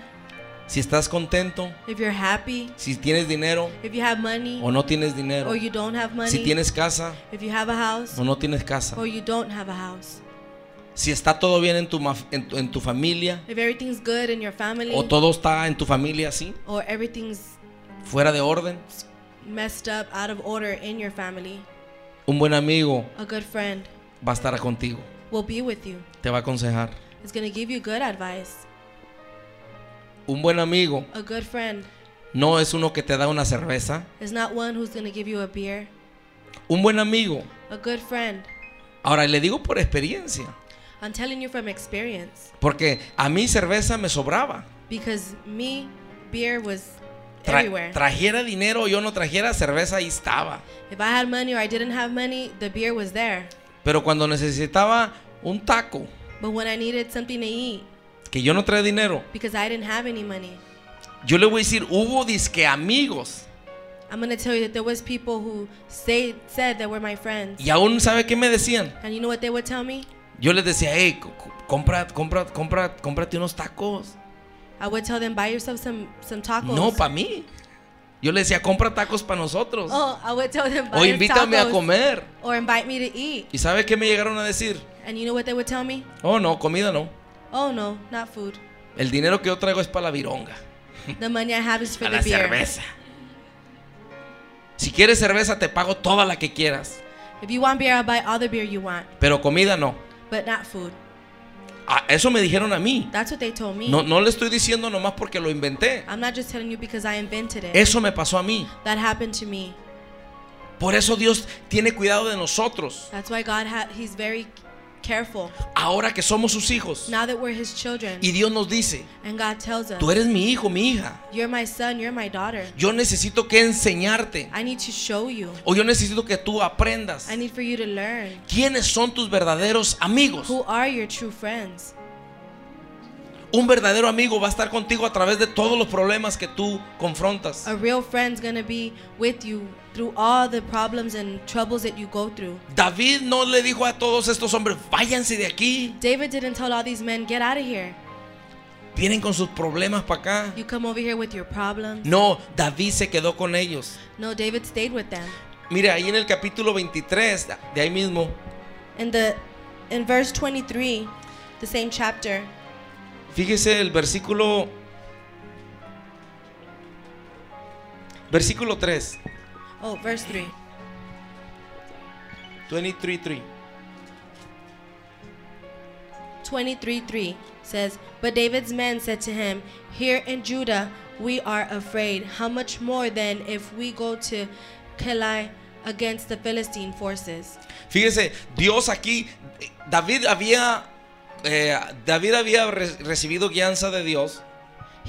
Speaker 2: si estás contento,
Speaker 1: if you're happy,
Speaker 2: si tienes dinero
Speaker 1: if you have money
Speaker 2: o no tienes dinero,
Speaker 1: or you don't have
Speaker 2: si
Speaker 1: money,
Speaker 2: tienes casa
Speaker 1: if you have a house
Speaker 2: o no tienes casa,
Speaker 1: or you don't have a house,
Speaker 2: si está todo bien en tu, maf- en tu, en tu familia
Speaker 1: if everything's good in your family
Speaker 2: o todo está en tu familia así,
Speaker 1: or everything's
Speaker 2: fuera de orden,
Speaker 1: messed up, out of order in your family,
Speaker 2: un buen amigo
Speaker 1: a good friend
Speaker 2: va a estar contigo,
Speaker 1: will be with you.
Speaker 2: te va a aconsejar.
Speaker 1: Is gonna give you good advice.
Speaker 2: Un buen amigo
Speaker 1: A good friend
Speaker 2: no es uno que te da una cerveza.
Speaker 1: is not one who's gonna give you a beer.
Speaker 2: Un buen amigo,
Speaker 1: A good friend.
Speaker 2: ahora le digo por experiencia,
Speaker 1: I'm telling you from experience.
Speaker 2: porque a mí cerveza me sobraba.
Speaker 1: Because me, beer was
Speaker 2: Tra-
Speaker 1: everywhere.
Speaker 2: trajera dinero o yo no trajera cerveza, ahí estaba.
Speaker 1: if I had money or I didn't have money, the beer was there.
Speaker 2: Pero cuando necesitaba un taco,
Speaker 1: But when I needed something to eat,
Speaker 2: que yo no traía dinero,
Speaker 1: because I didn't have any money,
Speaker 2: yo le voy a decir, hubo disque amigos.
Speaker 1: I'm gonna tell you that there was people who say, said that were my friends.
Speaker 2: Y aún, ¿sabe qué me decían?
Speaker 1: And you know what they would tell me?
Speaker 2: Yo les decía, hey, co- co- compra, compra, compra, cómprate unos tacos.
Speaker 1: I would tell them buy yourself some some tacos.
Speaker 2: No, para mí. Yo le decía, compra tacos para nosotros.
Speaker 1: oh, I would tell them buy
Speaker 2: o
Speaker 1: your
Speaker 2: invítame a
Speaker 1: tacos
Speaker 2: comer.
Speaker 1: or invite me to eat.
Speaker 2: ¿Y sabe qué me llegaron a decir?
Speaker 1: And you know what they would tell me?
Speaker 2: Oh, no, comida no.
Speaker 1: Oh no, not food.
Speaker 2: El dinero que yo traigo es para la vironga.
Speaker 1: The money I have
Speaker 2: <laughs>
Speaker 1: is for
Speaker 2: Para
Speaker 1: the
Speaker 2: la
Speaker 1: beer.
Speaker 2: cerveza. Si quieres cerveza, te pago toda la que quieras.
Speaker 1: If you want beer, I'll buy all the beer you want,
Speaker 2: Pero comida no.
Speaker 1: but not food.
Speaker 2: Ah, eso me dijeron a mí.
Speaker 1: That's what they told me.
Speaker 2: No, no le estoy diciendo nomás porque lo inventé.
Speaker 1: I'm not just telling you because I invented it.
Speaker 2: Eso me pasó a mí.
Speaker 1: that happened to me.
Speaker 2: Por eso Dios tiene cuidado de nosotros.
Speaker 1: That's why God ha- he's very careful.
Speaker 2: Ahora que somos sus hijos.
Speaker 1: Now that we're his children
Speaker 2: Y Dios nos dice,
Speaker 1: and God tells us,
Speaker 2: tú eres mi hijo, mi hija.
Speaker 1: you're my son, you're my daughter.
Speaker 2: Yo necesito que enseñarte.
Speaker 1: I need to show you.
Speaker 2: O yo necesito que tú aprendas.
Speaker 1: I need for you to learn.
Speaker 2: ¿Quiénes son tus verdaderos amigos?
Speaker 1: Who are your true friends?
Speaker 2: Un verdadero amigo va a estar contigo a través de todos los problemas que tú confrontas.
Speaker 1: A real friend's going to be with you through all the problems and troubles that you go through.
Speaker 2: David no le dijo a todos estos hombres, váyanse de aquí.
Speaker 1: David didn't tell all these men, get out of here.
Speaker 2: Vienen con sus problemas para acá.
Speaker 1: You come over here with your problems.
Speaker 2: No, David se quedó con ellos.
Speaker 1: No, David stayed with them.
Speaker 2: Mire, ahí en el capítulo 23, de ahí mismo,
Speaker 1: In the in verse 23, the same chapter,
Speaker 2: fíjese el versículo... Versículo 3,
Speaker 1: oh, verse 3.
Speaker 2: 23.3.
Speaker 1: 23:3 says, "But David's men said to him, Here in Judah we are afraid. How much more then if we go to Kelai against the Philistine forces?"
Speaker 2: Fíjese, Dios aquí, eh, David había, eh, David había re- recibido guianza de Dios.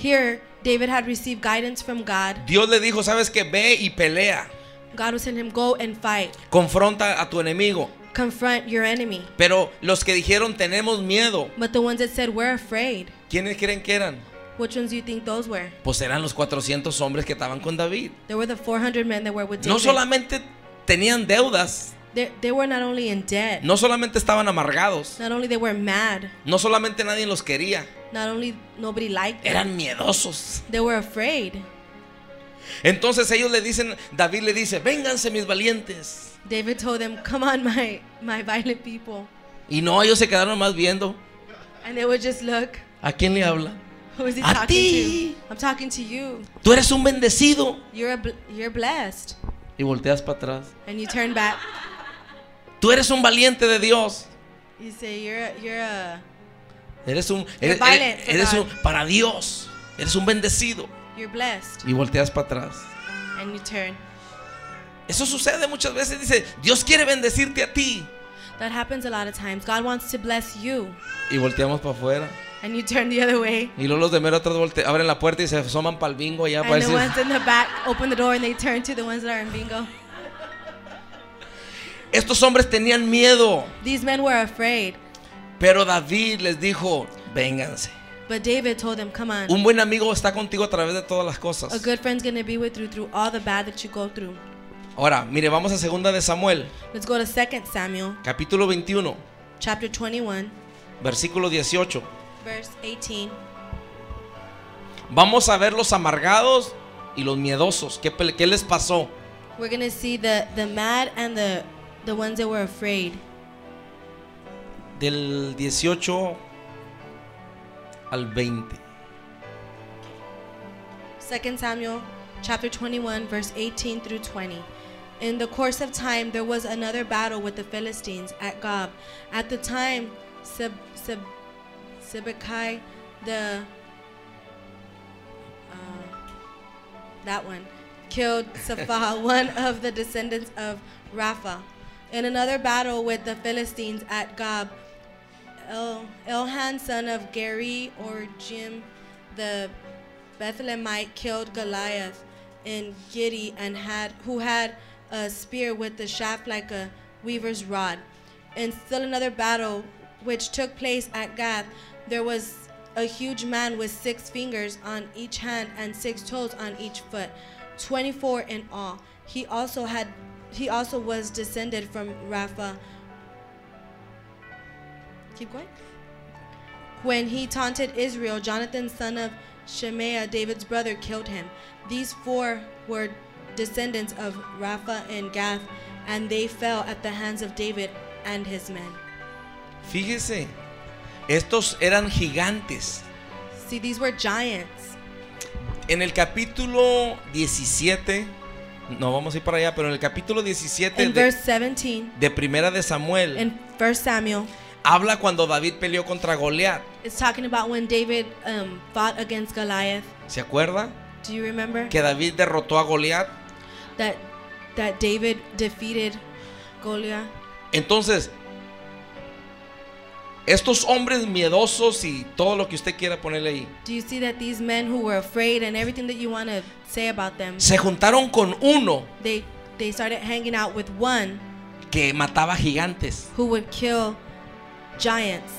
Speaker 1: Here David had received guidance from God.
Speaker 2: Dios le dijo, sabes que ve y pelea,
Speaker 1: God was telling him, "Go and fight.
Speaker 2: confronta a tu enemigo.
Speaker 1: Confront your enemy."
Speaker 2: Pero los que dijeron tenemos miedo,
Speaker 1: But the ones that said, "We're afraid."
Speaker 2: ¿quiénes creen que eran?
Speaker 1: Which ones do you think those were?
Speaker 2: Pues eran los 400 hombres que estaban con David.
Speaker 1: There were the 400 men that were with
Speaker 2: No
Speaker 1: David.
Speaker 2: solamente tenían deudas,
Speaker 1: they, they were not only in debt,
Speaker 2: no solamente estaban amargados,
Speaker 1: not only they were mad,
Speaker 2: no solamente nadie los quería,
Speaker 1: not only nobody liked them,
Speaker 2: eran miedosos.
Speaker 1: they were afraid.
Speaker 2: Entonces ellos le dicen, David le dice, vénganse mis valientes.
Speaker 1: David told them, Come on, my, my violent people.
Speaker 2: Y no, ellos se quedaron más viendo.
Speaker 1: And they would just look.
Speaker 2: ¿A quién le habla?
Speaker 1: Who is he
Speaker 2: A
Speaker 1: talking
Speaker 2: ti.
Speaker 1: to? I'm talking to you.
Speaker 2: Tú eres un bendecido.
Speaker 1: You're, a bl- you're blessed.
Speaker 2: Y volteas para atrás.
Speaker 1: And you turn back.
Speaker 2: Tú eres un valiente de Dios.
Speaker 1: You say, You're a, you're a,
Speaker 2: Eres un, eres,
Speaker 1: violent for
Speaker 2: eres
Speaker 1: God.
Speaker 2: un para Dios. Eres un bendecido.
Speaker 1: you're blessed.
Speaker 2: Y volteas para atrás.
Speaker 1: And you turn.
Speaker 2: Eso sucede muchas veces. Dice, Dios quiere bendecirte a ti.
Speaker 1: That happens a lot of times. God wants to bless you.
Speaker 2: Y volteamos para afuera.
Speaker 1: And you turn the other way.
Speaker 2: Y luego los de mero atrás volte- abren la puerta y se asoman para el bingo allá para
Speaker 1: And the
Speaker 2: decir,
Speaker 1: ones in the back open the door and they turn to the ones that are in bingo.
Speaker 2: estos hombres tenían miedo.
Speaker 1: These men were afraid.
Speaker 2: Pero David les dijo, vénganse.
Speaker 1: But David told them, Come on.
Speaker 2: Un buen amigo está contigo a través de todas las
Speaker 1: A
Speaker 2: cosas.
Speaker 1: good friend's going to be with you through all the bad that you go through.
Speaker 2: Ahora, mire, vamos a segunda de Samuel,
Speaker 1: Let's go to 2 Samuel
Speaker 2: capítulo 21,
Speaker 1: chapter 21,
Speaker 2: versículo 18.
Speaker 1: verse 18.
Speaker 2: Vamos a ver los amargados y los miedosos. ¿Qué, pe- qué les pasó?
Speaker 1: We're going to see the, the mad and the, the ones that were afraid.
Speaker 2: Del 18 al 20.
Speaker 1: 2 Samuel chapter 21 verse 18 through 20. In the course of time there was another battle with the Philistines at Gob. At the time Sib, Sib, Sibekai the uh, that one killed Sapha, one of the descendants of Rapha. In another battle with the Philistines at Gob, El, Elhan, son of Geri or Jim, the Bethlehemite, killed Goliath in Gedi and had who had a spear with the shaft like a weaver's rod. In still another battle, which took place at Gath, there was a huge man with six fingers on each hand and six toes on each foot, 24 in all. He also had he also was descended from Rapha. Keep going. When he taunted Israel, Jonathan, son of Shemaiah, David's brother, killed him. These four were descendants of Rapha and Gath, and they fell at the hands of David and his men.
Speaker 2: Fíjese, estos eran gigantes.
Speaker 1: See, these were giants.
Speaker 2: En el capítulo 17, no vamos a ir para allá, pero en el capítulo 17
Speaker 1: In
Speaker 2: de,
Speaker 1: verse 17,
Speaker 2: de Primera de Samuel,
Speaker 1: in 1 Samuel,
Speaker 2: habla cuando David peleó contra Goliat.
Speaker 1: it's talking about when David um, fought against Goliath.
Speaker 2: ¿Se acuerda?
Speaker 1: Do you remember
Speaker 2: Que David derrotó a Goliat.
Speaker 1: that that David defeated Goliath?
Speaker 2: Entonces, estos hombres miedosos y todo lo que usted quiera ponerle ahí,
Speaker 1: Do you see that these men who were afraid and everything that you want to say about them?
Speaker 2: se juntaron con uno
Speaker 1: they they started hanging out with one
Speaker 2: que mataba gigantes.
Speaker 1: who would kill giants.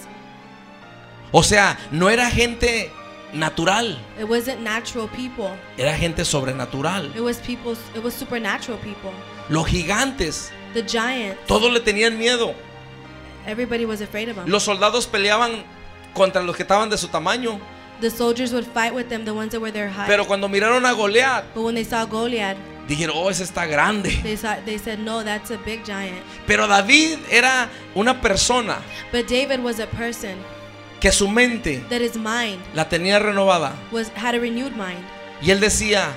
Speaker 2: O sea, no era gente natural,
Speaker 1: It wasn't natural people.
Speaker 2: era gente
Speaker 1: It
Speaker 2: sobrenatural.
Speaker 1: was people. It was supernatural people.
Speaker 2: Los gigantes,
Speaker 1: The giants.
Speaker 2: todos le tenían miedo.
Speaker 1: Everybody was afraid of them.
Speaker 2: Los soldados peleaban contra los que estaban de su tamaño.
Speaker 1: the soldiers would fight with them. The ones that were their height.
Speaker 2: Pero cuando miraron a Goliat,
Speaker 1: but when they saw Goliath,
Speaker 2: dijeron, oh, ese está grande.
Speaker 1: they saw. They said, "No, that's a big giant."
Speaker 2: Pero David era una persona
Speaker 1: But David was a person
Speaker 2: que su mente
Speaker 1: that his mind
Speaker 2: la tenía renovada.
Speaker 1: was had a renewed mind,
Speaker 2: Y él decía,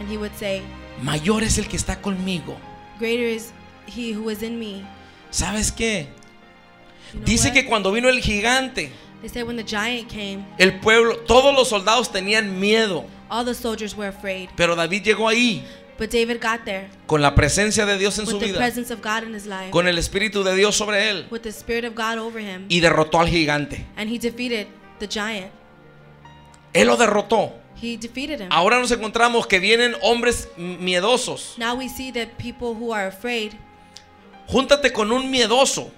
Speaker 1: and he would say,
Speaker 2: mayor es el que está conmigo.
Speaker 1: "Greater is he who is in me."
Speaker 2: ¿Sabes qué?
Speaker 1: You know
Speaker 2: Dice
Speaker 1: what?
Speaker 2: que cuando vino el gigante,
Speaker 1: they said when the giant came,
Speaker 2: el pueblo, todos los soldados tenían miedo.
Speaker 1: all the soldiers were afraid.
Speaker 2: Pero David llegó ahí
Speaker 1: But David got there
Speaker 2: con la presencia de Dios en su
Speaker 1: with the
Speaker 2: vida,
Speaker 1: presence of God in his life,
Speaker 2: con el Espíritu de Dios sobre él
Speaker 1: with the Spirit of God over him,
Speaker 2: y derrotó al gigante.
Speaker 1: and he defeated the giant.
Speaker 2: Él lo derrotó.
Speaker 1: He defeated him.
Speaker 2: Ahora nos encontramos que vienen hombres m- miedosos.
Speaker 1: Now we see that people who are afraid
Speaker 2: Júntate con un miedoso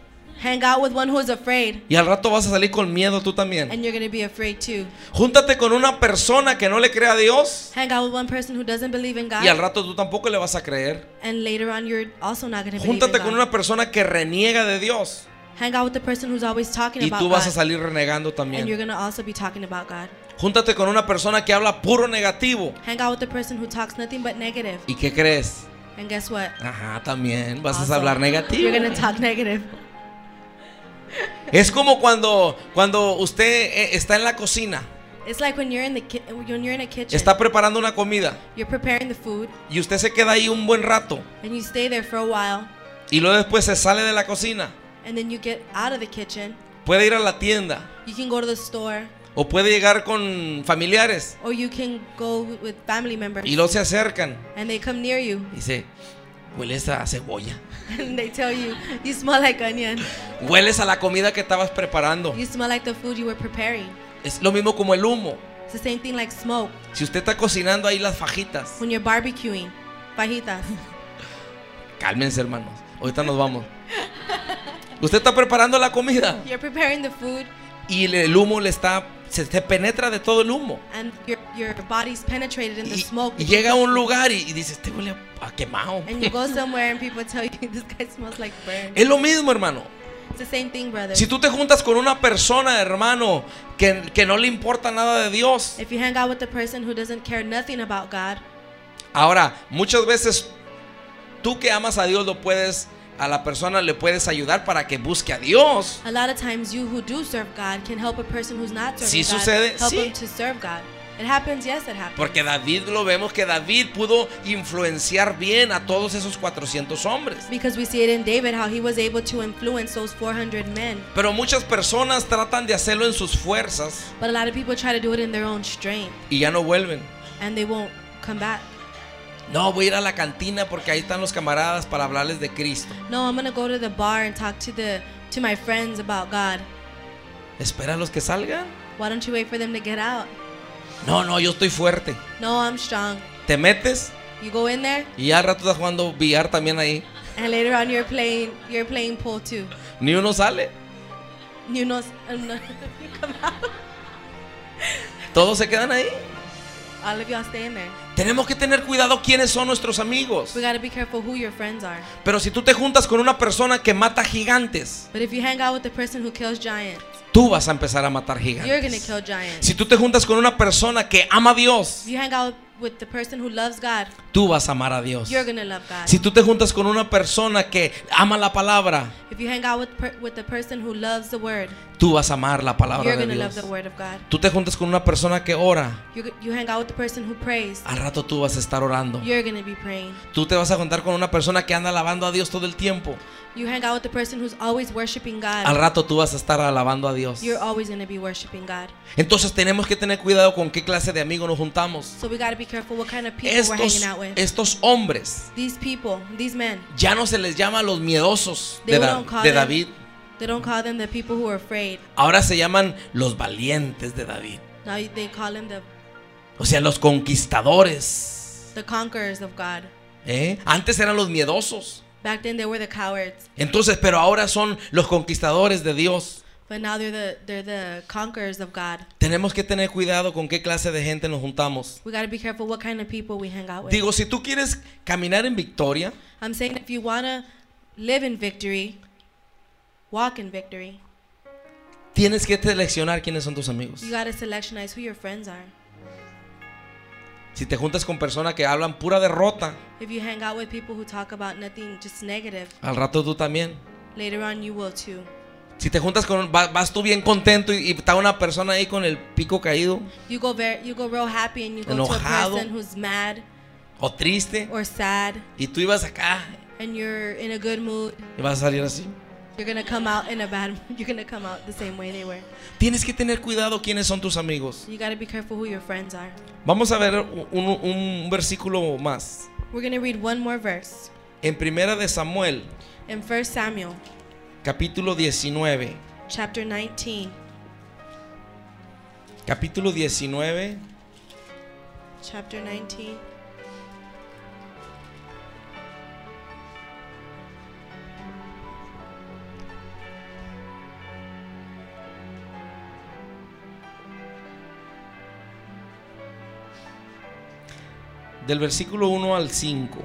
Speaker 1: hang out with one who is afraid,
Speaker 2: y al rato vas a salir con miedo tú también.
Speaker 1: and you're going to be afraid too.
Speaker 2: Júntate con una persona que no le crea a Dios
Speaker 1: Hang out with one person who doesn't believe in
Speaker 2: y al
Speaker 1: God,
Speaker 2: rato tú tampoco le vas a creer.
Speaker 1: and later on you're also not going to believe in
Speaker 2: Júntate con
Speaker 1: God.
Speaker 2: una persona que reniega de Dios
Speaker 1: Hang out with the person who's always talking
Speaker 2: y
Speaker 1: about
Speaker 2: tú vas a
Speaker 1: God,
Speaker 2: salir renegando
Speaker 1: and you're
Speaker 2: también.
Speaker 1: going to also be talking about God.
Speaker 2: Júntate con una persona que habla puro negativo
Speaker 1: Hang out with the person who talks nothing but negative,
Speaker 2: y ¿qué crees?
Speaker 1: And guess what?
Speaker 2: Ajá, también. Vas
Speaker 1: Also,
Speaker 2: a hablar negativo.
Speaker 1: You're going to talk negative.
Speaker 2: Es como cuando, cuando usted eh, está en la cocina,
Speaker 1: It's like when you're in the ki- when you're in a kitchen,
Speaker 2: está preparando una comida
Speaker 1: you're preparing the food
Speaker 2: y usted se queda ahí un buen rato
Speaker 1: and you stay there for a while
Speaker 2: y luego después se sale de la cocina.
Speaker 1: and then you get out of the kitchen.
Speaker 2: Puede ir a la tienda
Speaker 1: You can go to the store
Speaker 2: o puede llegar con familiares
Speaker 1: or you can go with family members
Speaker 2: y luego se acercan
Speaker 1: and they come near you <laughs>
Speaker 2: y dice, hueles a cebolla,
Speaker 1: and they tell you you smell like onion.
Speaker 2: hueles a la comida que estabas preparando.
Speaker 1: You smell like the food you were preparing.
Speaker 2: Es lo mismo como el humo.
Speaker 1: It's the same thing like smoke
Speaker 2: Si usted está cocinando ahí las fajitas,
Speaker 1: when you're barbecuing. Fajitas.
Speaker 2: <laughs> cálmense hermanos, ahorita nos vamos. Usted está preparando la comida.
Speaker 1: You're preparing the food
Speaker 2: y le- el humo le está se, se penetra de todo el humo
Speaker 1: and your your body's penetrated in the
Speaker 2: y,
Speaker 1: smoke.
Speaker 2: y llega a un lugar y, y dice este huele a, a quemado
Speaker 1: and you go somewhere and people tell you <laughs> this guy smells like burn.
Speaker 2: es lo mismo hermano
Speaker 1: It's the same thing, brother.
Speaker 2: si tú te juntas con una persona hermano que, que no le importa nada de Dios
Speaker 1: If you hang out with a person who doesn't care nothing about God,
Speaker 2: ahora muchas veces tú que amas a Dios lo puedes a la persona le puedes ayudar para que busque a Dios
Speaker 1: a lot of times you who do serve God can help a person who's not serving
Speaker 2: Sí
Speaker 1: God
Speaker 2: sucede,
Speaker 1: help
Speaker 2: sí.
Speaker 1: him to serve God. It happens, yes, it happens.
Speaker 2: porque David lo vemos que David pudo influenciar bien a todos esos 400 hombres
Speaker 1: Because we see it in David how he was able to influence those 400 men.
Speaker 2: pero muchas personas tratan de hacerlo en sus fuerzas
Speaker 1: But a lot of people try to do it in their own strength
Speaker 2: y ya no vuelven.
Speaker 1: and they won't come back.
Speaker 2: No, voy a ir a la cantina porque ahí están los camaradas para hablarles de Cristo.
Speaker 1: No, I'm going to go to the bar and talk to the to my friends about God.
Speaker 2: ¿Espera a los que salgan?
Speaker 1: Why don't you wait for them to get out?
Speaker 2: No, no, yo estoy fuerte.
Speaker 1: No, I'm strong.
Speaker 2: Te metes
Speaker 1: You go in there
Speaker 2: y ya al rato estás jugando billar también ahí.
Speaker 1: and later on you're playing you're playing pool too.
Speaker 2: Ni uno sale.
Speaker 1: You know, um, <laughs> no- you come out.
Speaker 2: Todos se quedan ahí.
Speaker 1: All of y'all stay in there.
Speaker 2: Tenemos que tener cuidado quiénes son nuestros amigos.
Speaker 1: We gotta be careful who your friends are.
Speaker 2: Pero si tú te juntas con una persona que mata gigantes,
Speaker 1: But if you hang out with the person who kills giants,
Speaker 2: tú vas a empezar a matar
Speaker 1: you're gonna
Speaker 2: gigantes.
Speaker 1: kill giants.
Speaker 2: Si tú te juntas con una persona que ama a Dios,
Speaker 1: If you hang out with the person who loves God,
Speaker 2: tú vas a amar a Dios.
Speaker 1: you're gonna love God.
Speaker 2: Si tú te juntas con una persona que ama la palabra,
Speaker 1: If you hang out with per- with the person who loves the Word,
Speaker 2: Tú vas a amar la palabra
Speaker 1: you're
Speaker 2: de
Speaker 1: gonna love
Speaker 2: Dios.
Speaker 1: the Word of God.
Speaker 2: Tú te juntas con una persona que ora.
Speaker 1: You you hang out with the person who prays,
Speaker 2: Al rato tú vas a estar orando.
Speaker 1: you're gonna be praying.
Speaker 2: Tú te vas a juntar con una persona que anda alabando a Dios todo el tiempo.
Speaker 1: You hang out with the person who's always worshiping
Speaker 2: Al
Speaker 1: God,
Speaker 2: rato tú vas a estar alabando a Dios.
Speaker 1: you're always gonna be worshiping God.
Speaker 2: Entonces tenemos que tener cuidado con qué clase de amigos nos juntamos.
Speaker 1: So we gotta be careful what kind of people we're
Speaker 2: Estos,
Speaker 1: hanging out with.
Speaker 2: estos hombres
Speaker 1: These people, these men,
Speaker 2: ya no se les llama los miedosos
Speaker 1: They
Speaker 2: de, Da-
Speaker 1: don't call
Speaker 2: de
Speaker 1: them-
Speaker 2: David.
Speaker 1: They don't call them the people who are afraid.
Speaker 2: Ahora se llaman los valientes de David.
Speaker 1: Now they call them the,
Speaker 2: O sea, los conquistadores.
Speaker 1: the conquerors of God.
Speaker 2: ¿eh? Antes eran los miedosos.
Speaker 1: Back then they were the cowards,
Speaker 2: Entonces, pero ahora son los conquistadores de Dios.
Speaker 1: but now they're the they're the conquerors of God.
Speaker 2: Tenemos que tener cuidado con qué clase de gente nos juntamos.
Speaker 1: We gotta be careful what kind of people we hang out with.
Speaker 2: Digo, si tú quieres caminar en victoria,
Speaker 1: I'm saying if you wanna live in victory, walk in victory,
Speaker 2: tienes que seleccionar quiénes son tus amigos.
Speaker 1: you gotta selectionize who your friends are.
Speaker 2: Si te juntas con personas que hablan pura derrota,
Speaker 1: If you hang out with people who talk about nothing just negative,
Speaker 2: al rato tú también.
Speaker 1: later on you will too.
Speaker 2: Si te juntas con, va- vas tú bien contento y, y está una persona ahí con el pico caído
Speaker 1: You go very you go real happy and you go to a
Speaker 2: Enojado.
Speaker 1: person who's mad
Speaker 2: o triste
Speaker 1: or sad
Speaker 2: y tú ibas acá
Speaker 1: and you're in a good mood.
Speaker 2: y vas a salir así.
Speaker 1: You're gonna come out in a bad. <laughs> You're gonna come out the same way they were.
Speaker 2: Tienes que tener cuidado quiénes son tus amigos.
Speaker 1: You gotta be careful who your friends are.
Speaker 2: Vamos a ver un- un- un versículo más.
Speaker 1: We're gonna read one more verse
Speaker 2: En primera de Samuel,
Speaker 1: in 1 Samuel
Speaker 2: capítulo 19.
Speaker 1: chapter 19,
Speaker 2: Capítulo 19,
Speaker 1: chapter 19,
Speaker 2: del versículo 1 al 5.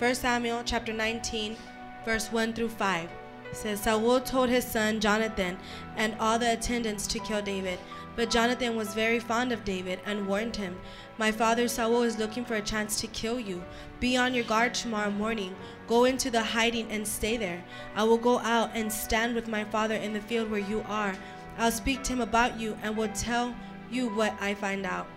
Speaker 1: 1 Samuel chapter 19, verse 1 through 5. It Says Saul told his son Jonathan and all the attendants to kill David. But Jonathan was very fond of David and warned him, My father Saul is looking for a chance to kill you. Be on your guard tomorrow morning. Go into the hiding and stay there. I will go out and stand with my father in the field where you are. I'll speak to him about you and will tell you what I find out.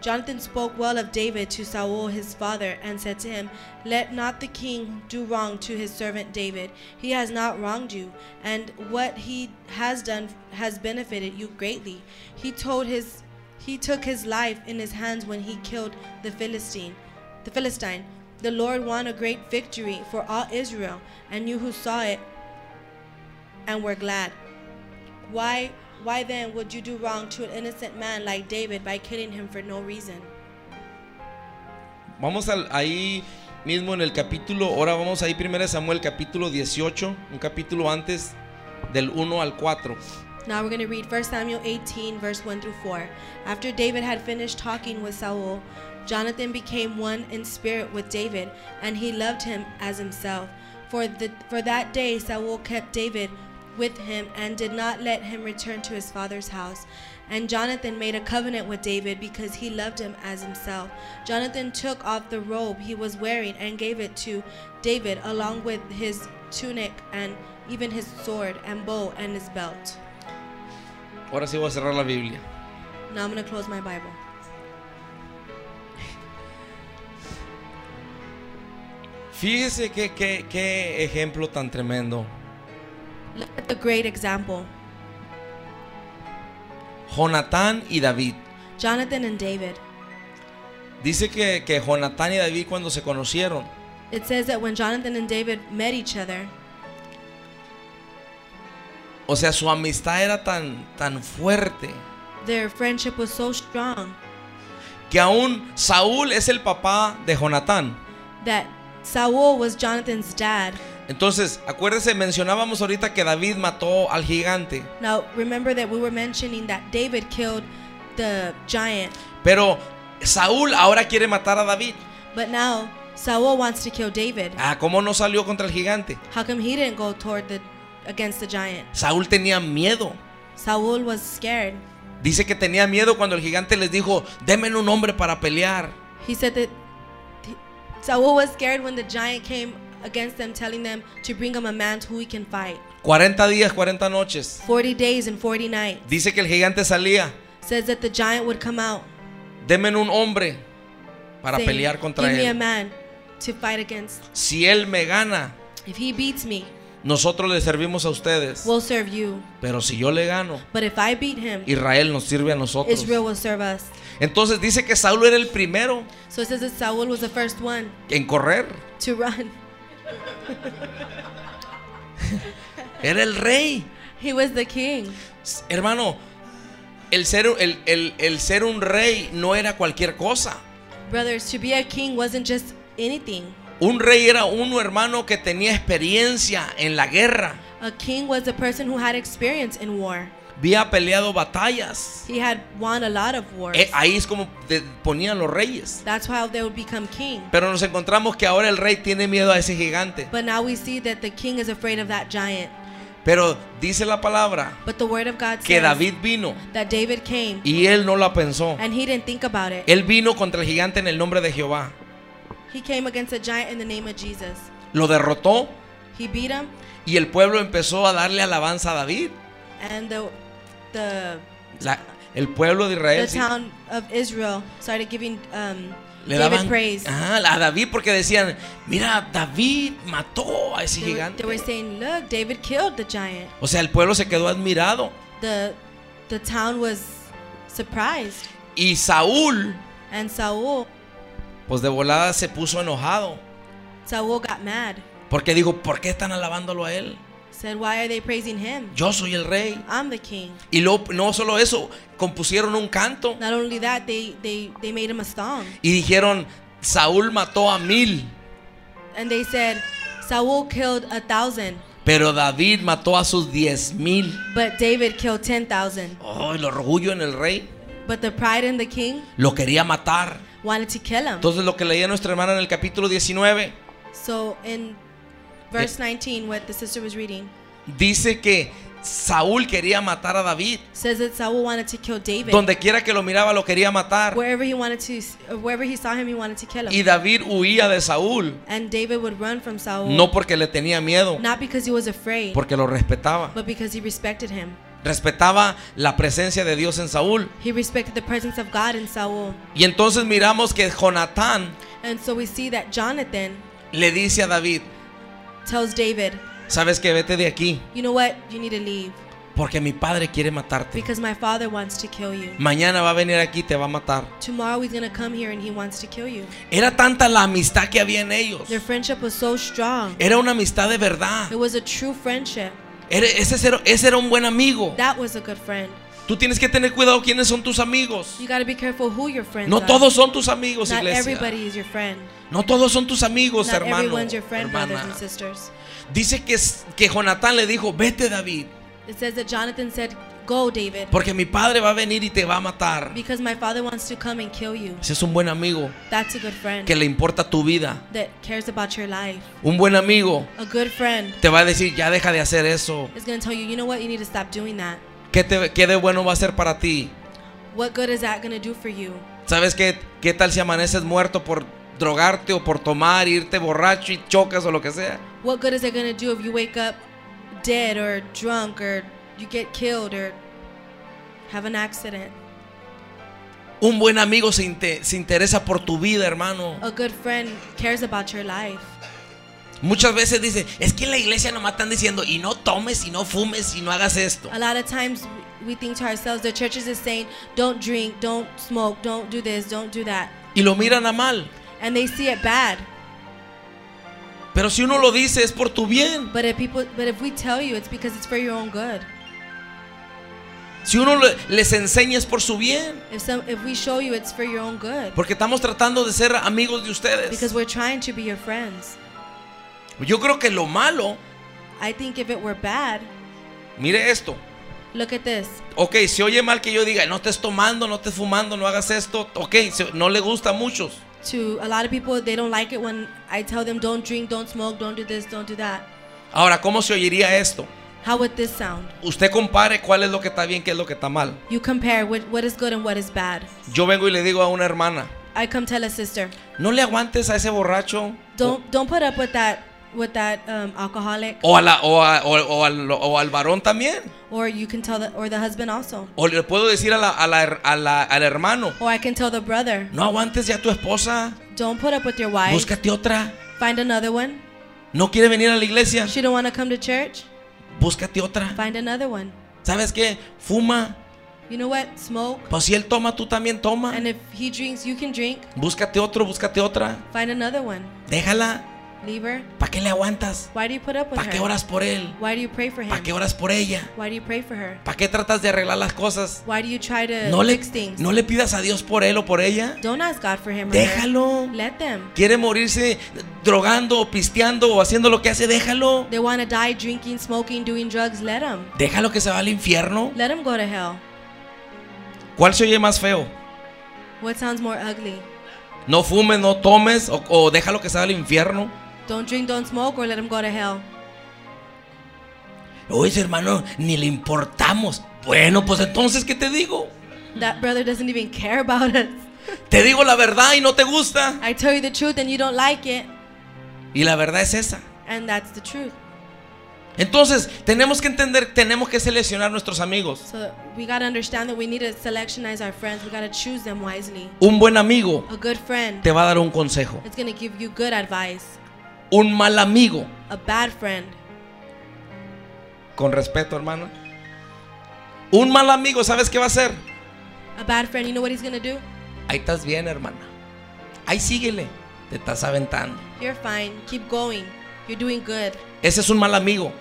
Speaker 1: Jonathan spoke well of David to Saul his father and said to him, Let not the king do wrong to his servant David. He has not wronged you, and what he has done has benefited you greatly. He told his he took his life in his hands when he killed the Philistine. The Philistine. The Lord won a great victory for all Israel, and you who saw it and were glad. Why why then would you do wrong to an innocent man like David by killing him for no reason?
Speaker 2: Vamos al- ahí mismo en el capítulo, ahora vamos ahí 1 Samuel capítulo 18, un capítulo antes del 1 al 4.
Speaker 1: Now we're going to read 1 Samuel 18, verse 1 through 4. After David had finished talking with Saul, Jonathan became one in spirit with David, and he loved him as himself. For, the, for that day, Saul kept David with him and did not let him return to his father's house. And Jonathan made a covenant with David because he loved him as himself. Jonathan took off the robe he was wearing and gave it to David, along with his tunic and even his sword and bow and his belt.
Speaker 2: Ahora sí voy a cerrar la Biblia.
Speaker 1: Now I'm going to close my Bible.
Speaker 2: Fíjese que, que- qué ejemplo tan tremendo.
Speaker 1: Look at the great example
Speaker 2: Jonatán y David.
Speaker 1: Jonathan and David.
Speaker 2: Dice que, que Jonatán y David cuando se conocieron,
Speaker 1: It says that when Jonathan and David met each other,
Speaker 2: o sea, su amistad era tan, tan fuerte
Speaker 1: their friendship was so strong
Speaker 2: que aún Saúl es el papá de Jonatán.
Speaker 1: that Saul was Jonathan's dad.
Speaker 2: Entonces, acuérdese, mencionábamos ahorita que David mató al gigante,
Speaker 1: Now, remember that we were mentioning that David killed the giant,
Speaker 2: pero Saúl ahora quiere matar a David.
Speaker 1: but now Saul wants to kill David.
Speaker 2: Ah, ¿cómo no salió contra el gigante?
Speaker 1: How come he didn't go toward the against the giant?
Speaker 2: Saúl tenía miedo.
Speaker 1: Saul was scared.
Speaker 2: Dice que tenía miedo cuando el gigante les dijo, denme un hombre para pelear.
Speaker 1: He said that he- Saul was scared when the giant came against them, telling them to bring him a man who he can fight.
Speaker 2: 40 días, 40 noches.
Speaker 1: 40 days and 40 nights.
Speaker 2: Dice que el gigante salía,
Speaker 1: Says that the giant would come out
Speaker 2: denme un hombre para
Speaker 1: saying,
Speaker 2: pelear contra
Speaker 1: Give me a
Speaker 2: él.
Speaker 1: man to fight against.
Speaker 2: Si él me gana,
Speaker 1: If he beats me,
Speaker 2: nosotros le servimos a ustedes.
Speaker 1: we'll serve you.
Speaker 2: Pero si yo le gano,
Speaker 1: But if I beat him,
Speaker 2: Israel nos sirve a nosotros.
Speaker 1: Israel will serve us.
Speaker 2: Entonces dice que Saúl era el primero
Speaker 1: So it says that Saul was the first one
Speaker 2: en correr.
Speaker 1: to <laughs> run.
Speaker 2: Era el rey.
Speaker 1: He was the king.
Speaker 2: S- Hermano, el ser, el- el- el ser un rey no era cualquier cosa.
Speaker 1: Brothers, to be a king wasn't just anything.
Speaker 2: Un rey era uno, hermano, que tenía experiencia en la guerra.
Speaker 1: A king was a person who had experience in war.
Speaker 2: Había peleado batallas.
Speaker 1: He had won a lot of wars.
Speaker 2: Eh, ahí es como te ponían los reyes.
Speaker 1: That's how they would become king.
Speaker 2: Pero nos encontramos que ahora el rey tiene miedo a ese gigante.
Speaker 1: But now we see that the king is afraid of that giant.
Speaker 2: Pero dice la palabra
Speaker 1: But the word of God
Speaker 2: que
Speaker 1: says
Speaker 2: David vino
Speaker 1: that David came
Speaker 2: y él no la pensó.
Speaker 1: and he didn't think about it.
Speaker 2: Él vino contra el gigante en el nombre de Jehová.
Speaker 1: He came against a giant in the name of Jesus.
Speaker 2: Lo derrotó
Speaker 1: He beat him
Speaker 2: y el pueblo empezó a darle alabanza a David.
Speaker 1: and the the
Speaker 2: La- el pueblo de
Speaker 1: the
Speaker 2: Israel sí,
Speaker 1: town of Israel started giving um,
Speaker 2: le
Speaker 1: David
Speaker 2: daban
Speaker 1: praise.
Speaker 2: Ajá, a David porque decían, mira, David mató a ese
Speaker 1: They were,
Speaker 2: gigante.
Speaker 1: they were saying, "Look, David killed the giant."
Speaker 2: O sea, el pueblo se quedó admirado.
Speaker 1: The the town was surprised,
Speaker 2: Y Saúl,
Speaker 1: and Saul
Speaker 2: pues de volada se puso enojado.
Speaker 1: Saul got mad.
Speaker 2: Porque dijo, ¿por qué están alabándolo a él?
Speaker 1: Said, "Why are they praising him?
Speaker 2: Yo soy el rey.
Speaker 1: I'm the king."
Speaker 2: Y luego, no solo eso, compusieron un canto
Speaker 1: Not only that, they they they made him a song,
Speaker 2: y dijeron, Saúl mató a mil,
Speaker 1: and they said, "Saul killed a thousand,
Speaker 2: pero David mató a sus diez mil.
Speaker 1: but David killed ten thousand.
Speaker 2: Oh, el orgullo en el rey
Speaker 1: But the pride in the king
Speaker 2: lo quería matar.
Speaker 1: wanted to kill him.
Speaker 2: Entonces lo que leía nuestra hermana en el capítulo 19,
Speaker 1: So in verse 19, what the sister was reading,
Speaker 2: dice que Saúl quería matar a David.
Speaker 1: says that Saul wanted to kill David.
Speaker 2: Donde quiera que lo miraba lo quería matar.
Speaker 1: wherever he wanted to, wherever he saw him, he wanted to kill him.
Speaker 2: Y David huía de Saúl,
Speaker 1: and David would run from Saul,
Speaker 2: no porque le tenía miedo,
Speaker 1: not because he was afraid,
Speaker 2: porque lo respetaba.
Speaker 1: but because he respected him.
Speaker 2: Respetaba la presencia de Dios en Saúl.
Speaker 1: He respected the presence of God in Saul.
Speaker 2: Y entonces miramos que Jonatán
Speaker 1: And so we see that Jonathan
Speaker 2: le dice a David,
Speaker 1: tells David,
Speaker 2: sabes que vete de aquí,
Speaker 1: "You know what? You need to leave
Speaker 2: porque mi padre quiere matarte.
Speaker 1: because my father wants to kill you.
Speaker 2: Mañana va a venir aquí y te va a matar.
Speaker 1: Tomorrow he's going to come here and he wants to kill you."
Speaker 2: Era tanta la amistad que había en ellos.
Speaker 1: Their friendship was so strong.
Speaker 2: Era una amistad de verdad.
Speaker 1: It was a true friendship.
Speaker 2: Era- ese, era, ese era un buen amigo.
Speaker 1: That was a good friend.
Speaker 2: Tú tienes que tener cuidado quiénes son tus amigos.
Speaker 1: You got to be careful who your friends
Speaker 2: No
Speaker 1: are.
Speaker 2: todos son tus amigos,
Speaker 1: Not
Speaker 2: iglesia.
Speaker 1: everybody is your friend.
Speaker 2: No todos son tus amigos,
Speaker 1: Not
Speaker 2: hermano.
Speaker 1: everyone's your friend, brothers
Speaker 2: Hermana.
Speaker 1: and sisters.
Speaker 2: Dice que, s- que Jonatán le dijo, vete David,
Speaker 1: It says that Jonathan said, "Go, David,
Speaker 2: porque mi padre va a venir y te va a matar.
Speaker 1: because my father wants to come and kill you."
Speaker 2: Ese es un buen amigo
Speaker 1: That's a good friend
Speaker 2: que le importa tu vida.
Speaker 1: that cares about your life.
Speaker 2: Un buen amigo
Speaker 1: A good friend
Speaker 2: te va a decir, ya deja de hacer eso.
Speaker 1: is going to tell you, "You know what? You need to stop doing that.
Speaker 2: ¿Qué, te, qué de bueno va a ser para ti?
Speaker 1: What good is that going to do for you?
Speaker 2: ¿Sabes qué, qué tal si amaneces muerto por drogarte o por tomar, irte borracho y chocas o lo que sea?
Speaker 1: What good is it going to do if you wake up dead or drunk or you get killed or have an accident?"
Speaker 2: Un buen amigo se, inte- se interesa por tu vida, hermano.
Speaker 1: A good friend cares about your life.
Speaker 2: Muchas veces dice, es que en la iglesia nomás están diciendo, y no tomes, y no fumes, y no hagas esto.
Speaker 1: A lot of times we think to ourselves, the churches is saying, don't drink, don't smoke, don't do this, don't do that.
Speaker 2: Y lo miran a mal.
Speaker 1: And they see it bad.
Speaker 2: Pero si uno lo dice es por tu bien.
Speaker 1: But if people but if we tell you it's because it's for your own good.
Speaker 2: Si uno le- les enseña es por su bien.
Speaker 1: If some if we show you it's for your own good.
Speaker 2: Porque estamos tratando de ser amigos de
Speaker 1: Because
Speaker 2: ustedes.
Speaker 1: we're trying to be your friends.
Speaker 2: Yo creo que lo malo,
Speaker 1: I think if it were bad,
Speaker 2: mire esto.
Speaker 1: look at this.
Speaker 2: Ok, si oye mal que yo diga, no estés tomando, no estés fumando, no hagas esto. Ok, se- no le gusta a muchos.
Speaker 1: To a lot of people they don't like it when I tell them don't drink, don't smoke, don't do this, don't do that.
Speaker 2: Ahora, ¿cómo se oiría esto?
Speaker 1: How would this sound?
Speaker 2: Usted compare cuál es lo que está bien, qué es lo que está mal.
Speaker 1: You compare what, what is good and what is bad.
Speaker 2: Yo vengo y le digo a una hermana,
Speaker 1: I come tell a sister,
Speaker 2: no le aguantes a ese borracho. O,
Speaker 1: Don't don't put up with that with that um, alcoholic,
Speaker 2: o a la- o a- o- o al, o al varón también.
Speaker 1: or you can tell the or the husband also,
Speaker 2: O le puedo decir a la- a la her- a la- al hermano,
Speaker 1: or I can tell the brother.
Speaker 2: no aguantes ya a tu esposa,
Speaker 1: Don't put up with your wife.
Speaker 2: búscate otra.
Speaker 1: Find another one.
Speaker 2: No quiere venir a la iglesia,
Speaker 1: She don't want to come to church.
Speaker 2: búscate otra.
Speaker 1: Find another one.
Speaker 2: ¿Sabes qué? Fuma.
Speaker 1: You know what? Smoke.
Speaker 2: Pues si él toma, tú también toma.
Speaker 1: And if he drinks, you can drink.
Speaker 2: Búscate otro, búscate otra.
Speaker 1: Find another one.
Speaker 2: Déjala.
Speaker 1: Leave her.
Speaker 2: ¿Para qué le aguantas?
Speaker 1: Why do you put up with
Speaker 2: ¿Para qué
Speaker 1: her?
Speaker 2: oras por él?
Speaker 1: Why do you pray for
Speaker 2: ¿Para qué
Speaker 1: him?
Speaker 2: oras por ella?
Speaker 1: Why do you pray for her?
Speaker 2: ¿Para qué tratas de arreglar las cosas?
Speaker 1: Why do you try to
Speaker 2: No le,
Speaker 1: fix Pues, things? Pues
Speaker 2: no le pidas a Dios por él o por ella.
Speaker 1: Don't ask God for him. Or her.
Speaker 2: Déjalo.
Speaker 1: Let them.
Speaker 2: Quiere morirse drogando o pisteando o haciendo lo que hace. Déjalo.
Speaker 1: They want to die drinking, smoking, doing drugs. Let them.
Speaker 2: Déjalo que se va al infierno.
Speaker 1: Let them go to hell.
Speaker 2: ¿Cuál se oye más feo?
Speaker 1: What sounds more ugly?
Speaker 2: No fumes, no tomes o, o déjalo que se va al infierno.
Speaker 1: Don't drink, don't smoke, or let them go to hell.
Speaker 2: Oye, hermano, ni le importamos. Bueno, pues entonces, ¿qué te digo?
Speaker 1: That brother doesn't even <laughs> care about us.
Speaker 2: Te digo la verdad y no te gusta.
Speaker 1: I tell you the truth and you don't like it,
Speaker 2: Y la verdad es esa.
Speaker 1: and that's the truth.
Speaker 2: Entonces, tenemos que entender, tenemos que seleccionar nuestros amigos.
Speaker 1: So we gotta understand that we need to selectionize our friends. We gotta choose them wisely.
Speaker 2: Un buen amigo
Speaker 1: A good friend
Speaker 2: te va a dar un consejo.
Speaker 1: is gonna give you good advice.
Speaker 2: Un mal amigo,
Speaker 1: A bad friend,
Speaker 2: con respeto, hermano. Un mal amigo, ¿sabes qué va a hacer?
Speaker 1: a bad friend, you know what he's gonna do?
Speaker 2: Ahí estás bien, hermana. Ahí síguele. Te estás aventando.
Speaker 1: You're fine. Keep going. You're doing good.
Speaker 2: Ese es un mal amigo.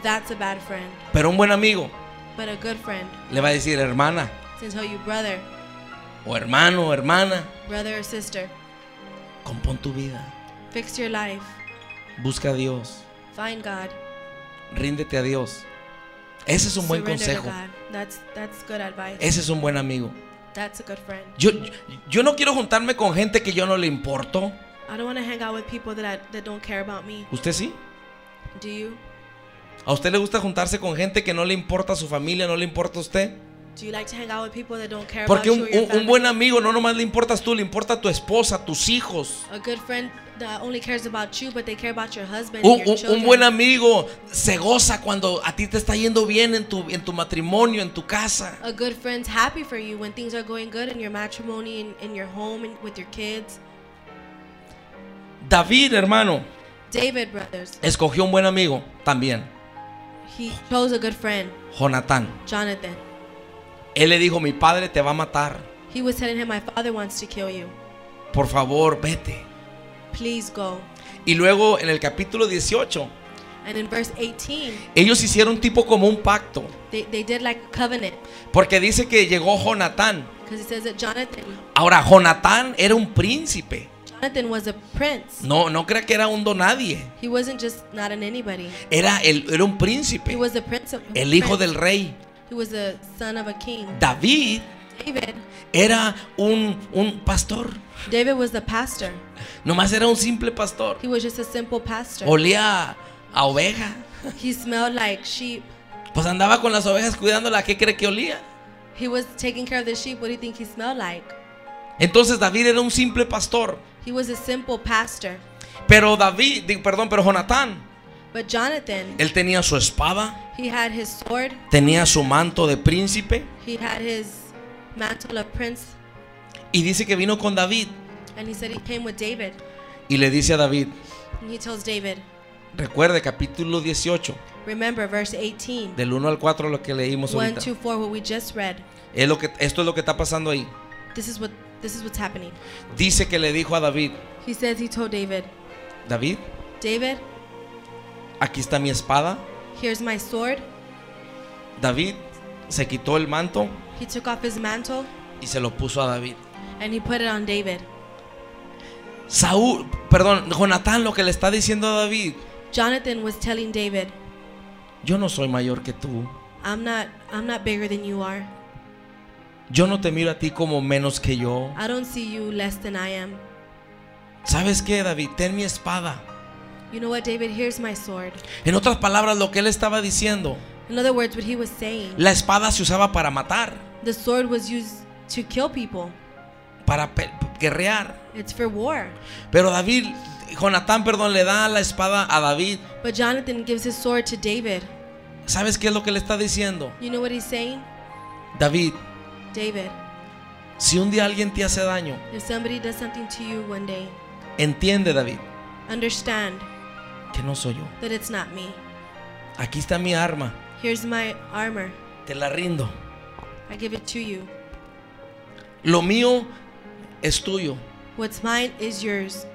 Speaker 1: That's a bad friend.
Speaker 2: Pero un buen amigo
Speaker 1: But a good friend
Speaker 2: le va a decir, hermana,
Speaker 1: is gonna tell you, brother,
Speaker 2: o hermano, o hermana,
Speaker 1: brother or sister,
Speaker 2: compón tu vida.
Speaker 1: fix your life.
Speaker 2: Busca a Dios.
Speaker 1: Find God.
Speaker 2: Ríndete a Dios. Ese es un buen
Speaker 1: Surrender to
Speaker 2: consejo. Eh.
Speaker 1: God. That's that's good advice.
Speaker 2: Ese es un buen amigo.
Speaker 1: That's a good friend.
Speaker 2: Yo, yo no quiero juntarme con gente que yo no le importo.
Speaker 1: I don't want to hang out with people that I, that don't care about me.
Speaker 2: ¿Usted sí?
Speaker 1: Do you?
Speaker 2: ¿A usted le gusta juntarse con gente que no le importa su familia, no le importa a usted?
Speaker 1: Do you like to hang out with people that don't care
Speaker 2: Porque
Speaker 1: about
Speaker 2: un,
Speaker 1: you or your
Speaker 2: un- un
Speaker 1: family?
Speaker 2: buen amigo no nomás le importas tú, le importa a tu esposa, tus hijos.
Speaker 1: A good friend that only cares about you, but they care about your husband
Speaker 2: Un,
Speaker 1: and your
Speaker 2: un- un
Speaker 1: children.
Speaker 2: buen amigo se goza cuando a ti te está yendo bien en tu, en tu matrimonio, en tu casa.
Speaker 1: a good friend's happy for you when things are going good in your matrimony, in, in your home, and with your kids.
Speaker 2: David, hermano,
Speaker 1: David brothers,
Speaker 2: escogió un buen amigo también,
Speaker 1: he chose a good friend,
Speaker 2: Jonatán.
Speaker 1: Jonathan.
Speaker 2: Él le dijo, mi padre te va a matar.
Speaker 1: He was telling him, "My father wants to kill you.
Speaker 2: Por favor, vete.
Speaker 1: Please go."
Speaker 2: Y luego en el capítulo 18,
Speaker 1: And in verse 18,
Speaker 2: ellos hicieron tipo como un pacto.
Speaker 1: they, they did like a covenant
Speaker 2: Porque dice que llegó Jonatán.
Speaker 1: because it says that Jonathan,
Speaker 2: Ahora, Jonatán era un príncipe.
Speaker 1: Jonathan was a prince.
Speaker 2: No, no crea que era un donadie.
Speaker 1: He wasn't just not an anybody.
Speaker 2: Era, el, era un
Speaker 1: He
Speaker 2: príncipe.
Speaker 1: was the prince of
Speaker 2: El hijo
Speaker 1: prince.
Speaker 2: del rey.
Speaker 1: He was the son of a king.
Speaker 2: David
Speaker 1: David,
Speaker 2: era un, un pastor.
Speaker 1: David was the pastor.
Speaker 2: Nomás era un simple pastor.
Speaker 1: He was just a simple pastor.
Speaker 2: Olía a, a oveja.
Speaker 1: He smelled like sheep.
Speaker 2: Pues andaba con las ovejas cuidándolas. ¿Qué cree que olía?
Speaker 1: He was taking care of the sheep. What do you think he smelled like?
Speaker 2: Entonces David era un simple pastor.
Speaker 1: He was a simple pastor.
Speaker 2: Pero David, di- perdón, pero Jonatán,
Speaker 1: But Jonathan,
Speaker 2: él tenía su espada,
Speaker 1: he had his sword.
Speaker 2: tenía su manto de príncipe
Speaker 1: He had his mantle of prince.
Speaker 2: y dice que vino con David
Speaker 1: And he said he came with David.
Speaker 2: y le dice a David,
Speaker 1: And he tells David,
Speaker 2: recuerde capítulo 18,
Speaker 1: remember verse 18,
Speaker 2: del 1 al 4 lo que leímos
Speaker 1: 1
Speaker 2: ahorita.
Speaker 1: to 4, what we just read.
Speaker 2: Es lo que, esto es lo que está pasando ahí.
Speaker 1: This is what this is what's happening.
Speaker 2: Dice que le dijo a David,
Speaker 1: He says he told David,
Speaker 2: David,
Speaker 1: David,
Speaker 2: aquí está mi espada.
Speaker 1: here's my sword.
Speaker 2: David se quitó el manto
Speaker 1: He took off his mantle
Speaker 2: y se lo puso a David.
Speaker 1: and he put it on David.
Speaker 2: Saúl, perdón, Jonatán lo que le está diciendo a David,
Speaker 1: Jonathan was telling David,
Speaker 2: yo no soy mayor que tú.
Speaker 1: I'm not I'm not bigger than you are.
Speaker 2: Yo no te miro a ti como menos que yo.
Speaker 1: I don't see you less than I am.
Speaker 2: ¿Sabes qué, David? Ten mi espada.
Speaker 1: You know what, David? Here's my sword.
Speaker 2: En otras palabras, lo que él estaba diciendo,
Speaker 1: In other words, what he was saying,
Speaker 2: la espada se usaba para matar,
Speaker 1: the sword was used to kill people.
Speaker 2: para pe- guerrear.
Speaker 1: It's for war.
Speaker 2: Pero David, Jonatán, perdón, le da la espada a David.
Speaker 1: But Jonathan gives his sword to David.
Speaker 2: ¿Sabes qué es lo que le está diciendo?
Speaker 1: You know what he's saying?
Speaker 2: David,
Speaker 1: David,
Speaker 2: si un día alguien te hace daño,
Speaker 1: if somebody does something to you one day,
Speaker 2: entiende, David,
Speaker 1: understand
Speaker 2: que no soy yo.
Speaker 1: that it's not me.
Speaker 2: Aquí está mi arma,
Speaker 1: Here's my armor.
Speaker 2: te la rindo.
Speaker 1: I give it to you.
Speaker 2: Lo mío es tuyo,
Speaker 1: What's mine is yours.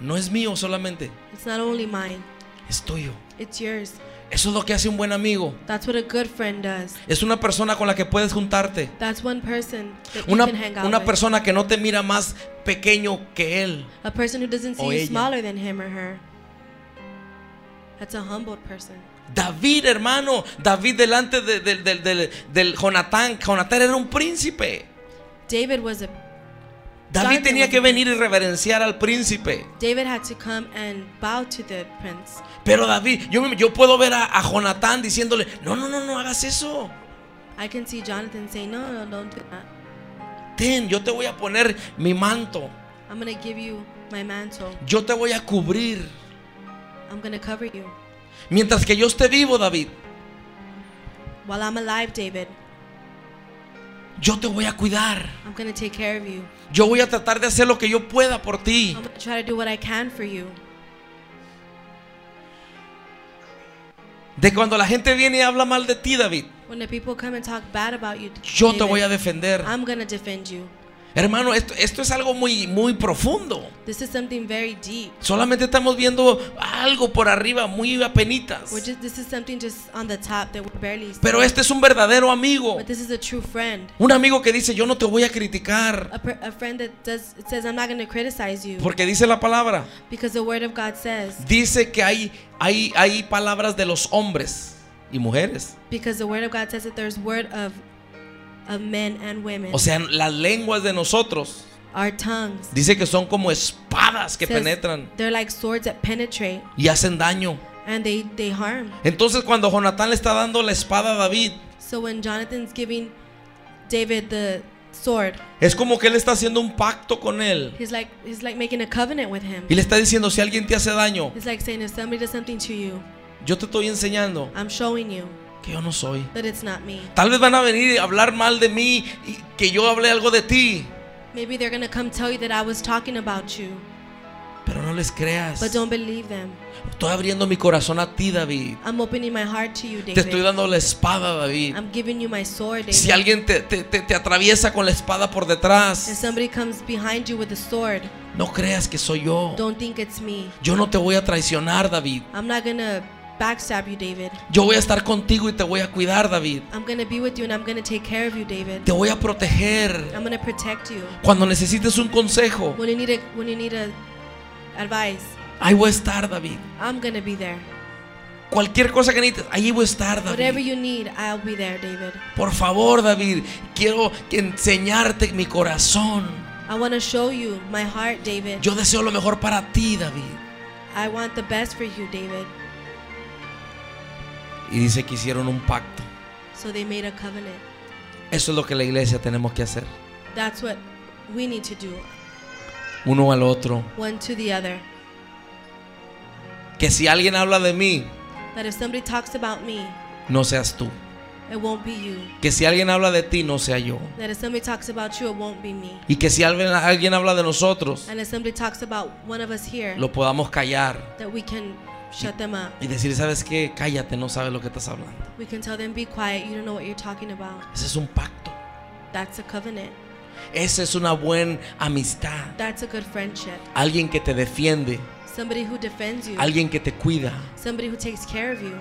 Speaker 2: no es mío solamente,
Speaker 1: It's not only mine,
Speaker 2: es tuyo.
Speaker 1: it's yours.
Speaker 2: Eso es lo que hace un buen amigo.
Speaker 1: That's what a good friend does.
Speaker 2: Es una persona con la que puedes juntarte.
Speaker 1: That's one person that you
Speaker 2: Una,
Speaker 1: can hang out
Speaker 2: una
Speaker 1: with.
Speaker 2: persona que no te mira más pequeño que él.
Speaker 1: A person who doesn't see
Speaker 2: O
Speaker 1: you
Speaker 2: ella.
Speaker 1: smaller than him or her. That's a humbled person.
Speaker 2: David, hermano, David delante de- de- de- del- del Jonatán. Jonatán era un príncipe.
Speaker 1: David was a
Speaker 2: David
Speaker 1: Jonathan
Speaker 2: tenía
Speaker 1: was
Speaker 2: que
Speaker 1: a
Speaker 2: venir y reverenciar al príncipe.
Speaker 1: David had to come and bow to the prince.
Speaker 2: Pero David, yo, me- yo puedo ver a, a Jonatán diciéndole, no, no, no, no hagas eso.
Speaker 1: I can see Jonathan saying, "No, no, don't do that.
Speaker 2: Ten, yo te voy a poner mi manto.
Speaker 1: I'm gonna give you my mantle.
Speaker 2: Yo te voy a cubrir.
Speaker 1: I'm gonna cover you
Speaker 2: Mientras que yo esté vivo, David,
Speaker 1: while I'm alive, David.
Speaker 2: yo te voy a cuidar.
Speaker 1: I'm gonna take care of you.
Speaker 2: Yo voy a tratar de hacer lo que yo pueda por ti.
Speaker 1: I'm gonna try to do what I can for you."
Speaker 2: De cuando la gente viene y habla mal de ti, David,
Speaker 1: When the people come and talk bad about you,
Speaker 2: yo te
Speaker 1: David,
Speaker 2: voy a defender.
Speaker 1: I'm gonna defend you.
Speaker 2: Hermano, esto, esto es algo muy, muy profundo.
Speaker 1: This is something very deep.
Speaker 2: Solamente estamos viendo algo por arriba, muy
Speaker 1: We're
Speaker 2: apenitas.
Speaker 1: just, this is something just on the top that we're barely. seeing.
Speaker 2: Pero este es un verdadero amigo.
Speaker 1: But this is a true friend.
Speaker 2: Un amigo que dice, yo no te voy a criticar.
Speaker 1: A, per, a friend that does it says, "I'm not going to criticize you,"
Speaker 2: Porque dice la palabra.
Speaker 1: because the Word of God says.
Speaker 2: Dice que hay, hay, hay palabras de los hombres y mujeres.
Speaker 1: Because the Word of God says that there's word of of men and women.
Speaker 2: O sea, las lenguas de nosotros.
Speaker 1: Our tongues
Speaker 2: Dice que son como espadas que
Speaker 1: says
Speaker 2: penetran
Speaker 1: They're like swords that penetrate
Speaker 2: y hacen daño.
Speaker 1: and they, they harm.
Speaker 2: Entonces cuando Jonatán le está dando la espada a David,
Speaker 1: So when Jonathan's giving David the sword,
Speaker 2: es como que él está haciendo un pacto con él.
Speaker 1: he's like he's like making a covenant with him.
Speaker 2: Y le está diciendo, si alguien te hace daño,
Speaker 1: It's like saying if somebody does something to you,
Speaker 2: yo te estoy enseñando
Speaker 1: I'm showing you
Speaker 2: que yo no soy.
Speaker 1: that it's not me.
Speaker 2: Tal vez van a venir a hablar mal de mí y que yo hablé algo de ti,
Speaker 1: Maybe they're gonna come tell you that I was talking about you,
Speaker 2: pero no les creas.
Speaker 1: but don't believe them.
Speaker 2: Estoy abriendo mi corazón a ti, David.
Speaker 1: I'm opening my heart to you,
Speaker 2: Te estoy
Speaker 1: David.
Speaker 2: dando la espada, David.
Speaker 1: I'm giving you my sword,
Speaker 2: Si
Speaker 1: David.
Speaker 2: alguien te, te- te- te atraviesa con la espada por
Speaker 1: If
Speaker 2: detrás,
Speaker 1: somebody comes behind you with a sword,
Speaker 2: no creas que soy yo.
Speaker 1: don't think it's me.
Speaker 2: Yo no te voy a traicionar, David.
Speaker 1: I'm not gonna backstab you, David.
Speaker 2: Yo voy a estar contigo y te voy a cuidar, David.
Speaker 1: I'm gonna be with you and I'm gonna take care of you, David.
Speaker 2: Te voy a proteger.
Speaker 1: I'm gonna protect you.
Speaker 2: Cuando necesites un consejo,
Speaker 1: When you need a when you need a advice,
Speaker 2: ahí voy a estar, David.
Speaker 1: I'm gonna be there.
Speaker 2: Cualquier cosa que necesites, ahí voy a estar,
Speaker 1: Whatever
Speaker 2: David.
Speaker 1: you need, I'll be there, David.
Speaker 2: Por favor, David, quiero que enseñarte mi corazón.
Speaker 1: I want to show you my heart, David.
Speaker 2: Yo deseo lo mejor para ti, David.
Speaker 1: I want the best for you, David.
Speaker 2: Y dice que hicieron un pacto.
Speaker 1: So they made a covenant.
Speaker 2: Eso es lo que la iglesia tenemos que hacer.
Speaker 1: That's what we need to do,
Speaker 2: Uno al otro.
Speaker 1: one to the other.
Speaker 2: Que si alguien habla de mí,
Speaker 1: That if somebody talks about me,
Speaker 2: no seas tú.
Speaker 1: it won't be you.
Speaker 2: Que si alguien habla de ti, no sea yo.
Speaker 1: That if somebody talks about you, it won't be me.
Speaker 2: Y que si alguien, alguien habla de nosotros,
Speaker 1: And if somebody talks about one of us here,
Speaker 2: lo podamos callar.
Speaker 1: that we can shut them up.
Speaker 2: Y decir, ¿sabes qué? Cállate, no sabes lo que estás hablando.
Speaker 1: We can tell them, be quiet, you don't know what you're talking about.
Speaker 2: Ese es un pacto.
Speaker 1: That's a covenant.
Speaker 2: Esa es una buena amistad.
Speaker 1: That's a good friendship.
Speaker 2: Alguien que te defiende.
Speaker 1: Somebody who defends you,
Speaker 2: Alguien que te cuida.
Speaker 1: somebody who takes care of you.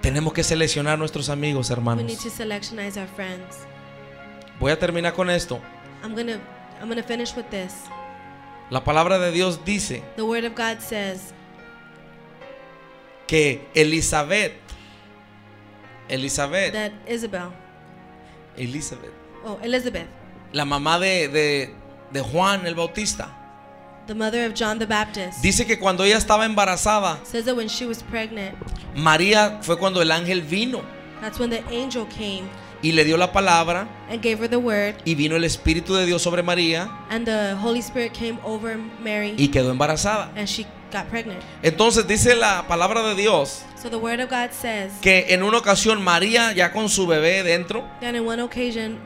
Speaker 2: Tenemos que seleccionar nuestros amigos,
Speaker 1: We need to
Speaker 2: hermanos.
Speaker 1: selectionize our friends.
Speaker 2: Voy a terminar con esto.
Speaker 1: I'm gonna I'm gonna finish with this.
Speaker 2: La palabra de Dios dice
Speaker 1: The word of God says
Speaker 2: que Elizabeth, Elizabeth,
Speaker 1: that Isabel,
Speaker 2: Elizabeth,
Speaker 1: oh Elizabeth,
Speaker 2: la mamá de, de- de Juan el Bautista,
Speaker 1: the mother of John the Baptist,
Speaker 2: dice que cuando ella estaba embarazada,
Speaker 1: says that when she was pregnant,
Speaker 2: María fue cuando el ángel vino
Speaker 1: that's when the angel came
Speaker 2: y le dio la palabra
Speaker 1: and gave her the word,
Speaker 2: y vino el Espíritu de Dios sobre María
Speaker 1: and the Holy Spirit came over Mary,
Speaker 2: y quedó embarazada.
Speaker 1: and she got pregnant.
Speaker 2: Entonces dice la palabra de Dios
Speaker 1: So the word of God says
Speaker 2: que en una ocasión María, ya con su bebé dentro,
Speaker 1: that in one occasion,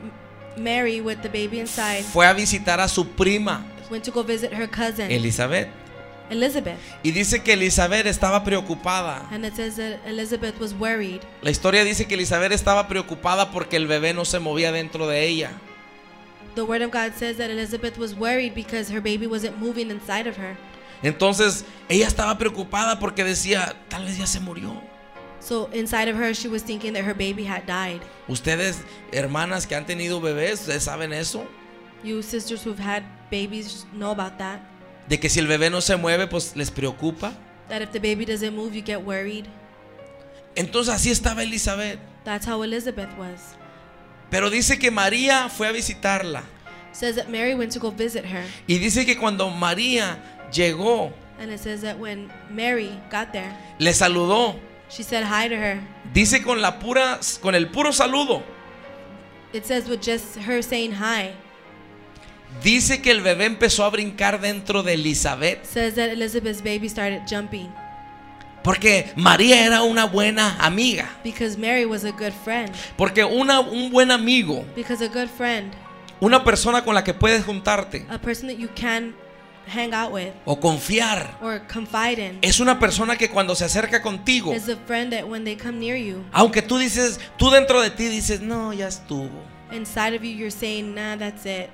Speaker 1: Mary with the baby inside
Speaker 2: fue a visitar a su prima,
Speaker 1: went to go visit her cousin
Speaker 2: Elizabeth.
Speaker 1: Elizabeth,
Speaker 2: Y dice que Elizabeth estaba preocupada.
Speaker 1: and it says that Elizabeth was worried.
Speaker 2: La historia dice que Elizabeth estaba preocupada porque el bebé no se movía dentro de ella.
Speaker 1: The word of God says that Elizabeth was worried because her baby wasn't moving inside of her.
Speaker 2: Entonces ella estaba preocupada porque decía, tal vez ya se murió.
Speaker 1: So inside of her, she was thinking that her baby had died.
Speaker 2: Ustedes, hermanas que han tenido bebés, ¿ustedes saben eso?
Speaker 1: You sisters who've had babies know about that.
Speaker 2: De que si el bebé no se mueve, pues les preocupa.
Speaker 1: That if the baby doesn't move, you get worried.
Speaker 2: Entonces así estaba Elizabeth.
Speaker 1: That's how Elizabeth was.
Speaker 2: Pero dice que María fue a visitarla.
Speaker 1: says that Mary went to go visit her.
Speaker 2: Y dice que cuando María llegó,
Speaker 1: And it says that when Mary got there,
Speaker 2: le saludó.
Speaker 1: she said hi to her.
Speaker 2: Dice con, la pura, con el puro saludo.
Speaker 1: It says with just her saying hi,
Speaker 2: Dice que el bebé empezó a brincar dentro de Elizabeth.
Speaker 1: says that Elizabeth's baby started jumping
Speaker 2: Porque María era una buena amiga.
Speaker 1: because Mary was a good friend.
Speaker 2: Porque una, un buen amigo,
Speaker 1: Because a good friend,
Speaker 2: una persona con la que puedes juntarte
Speaker 1: a person that you can hang out with
Speaker 2: o confiar,
Speaker 1: or confide in,
Speaker 2: es una persona que cuando se acerca contigo,
Speaker 1: is a friend that when they come near you,
Speaker 2: aunque tú dices, tú dentro de ti dices, no, ya estuvo.
Speaker 1: inside of you you're saying nah that's it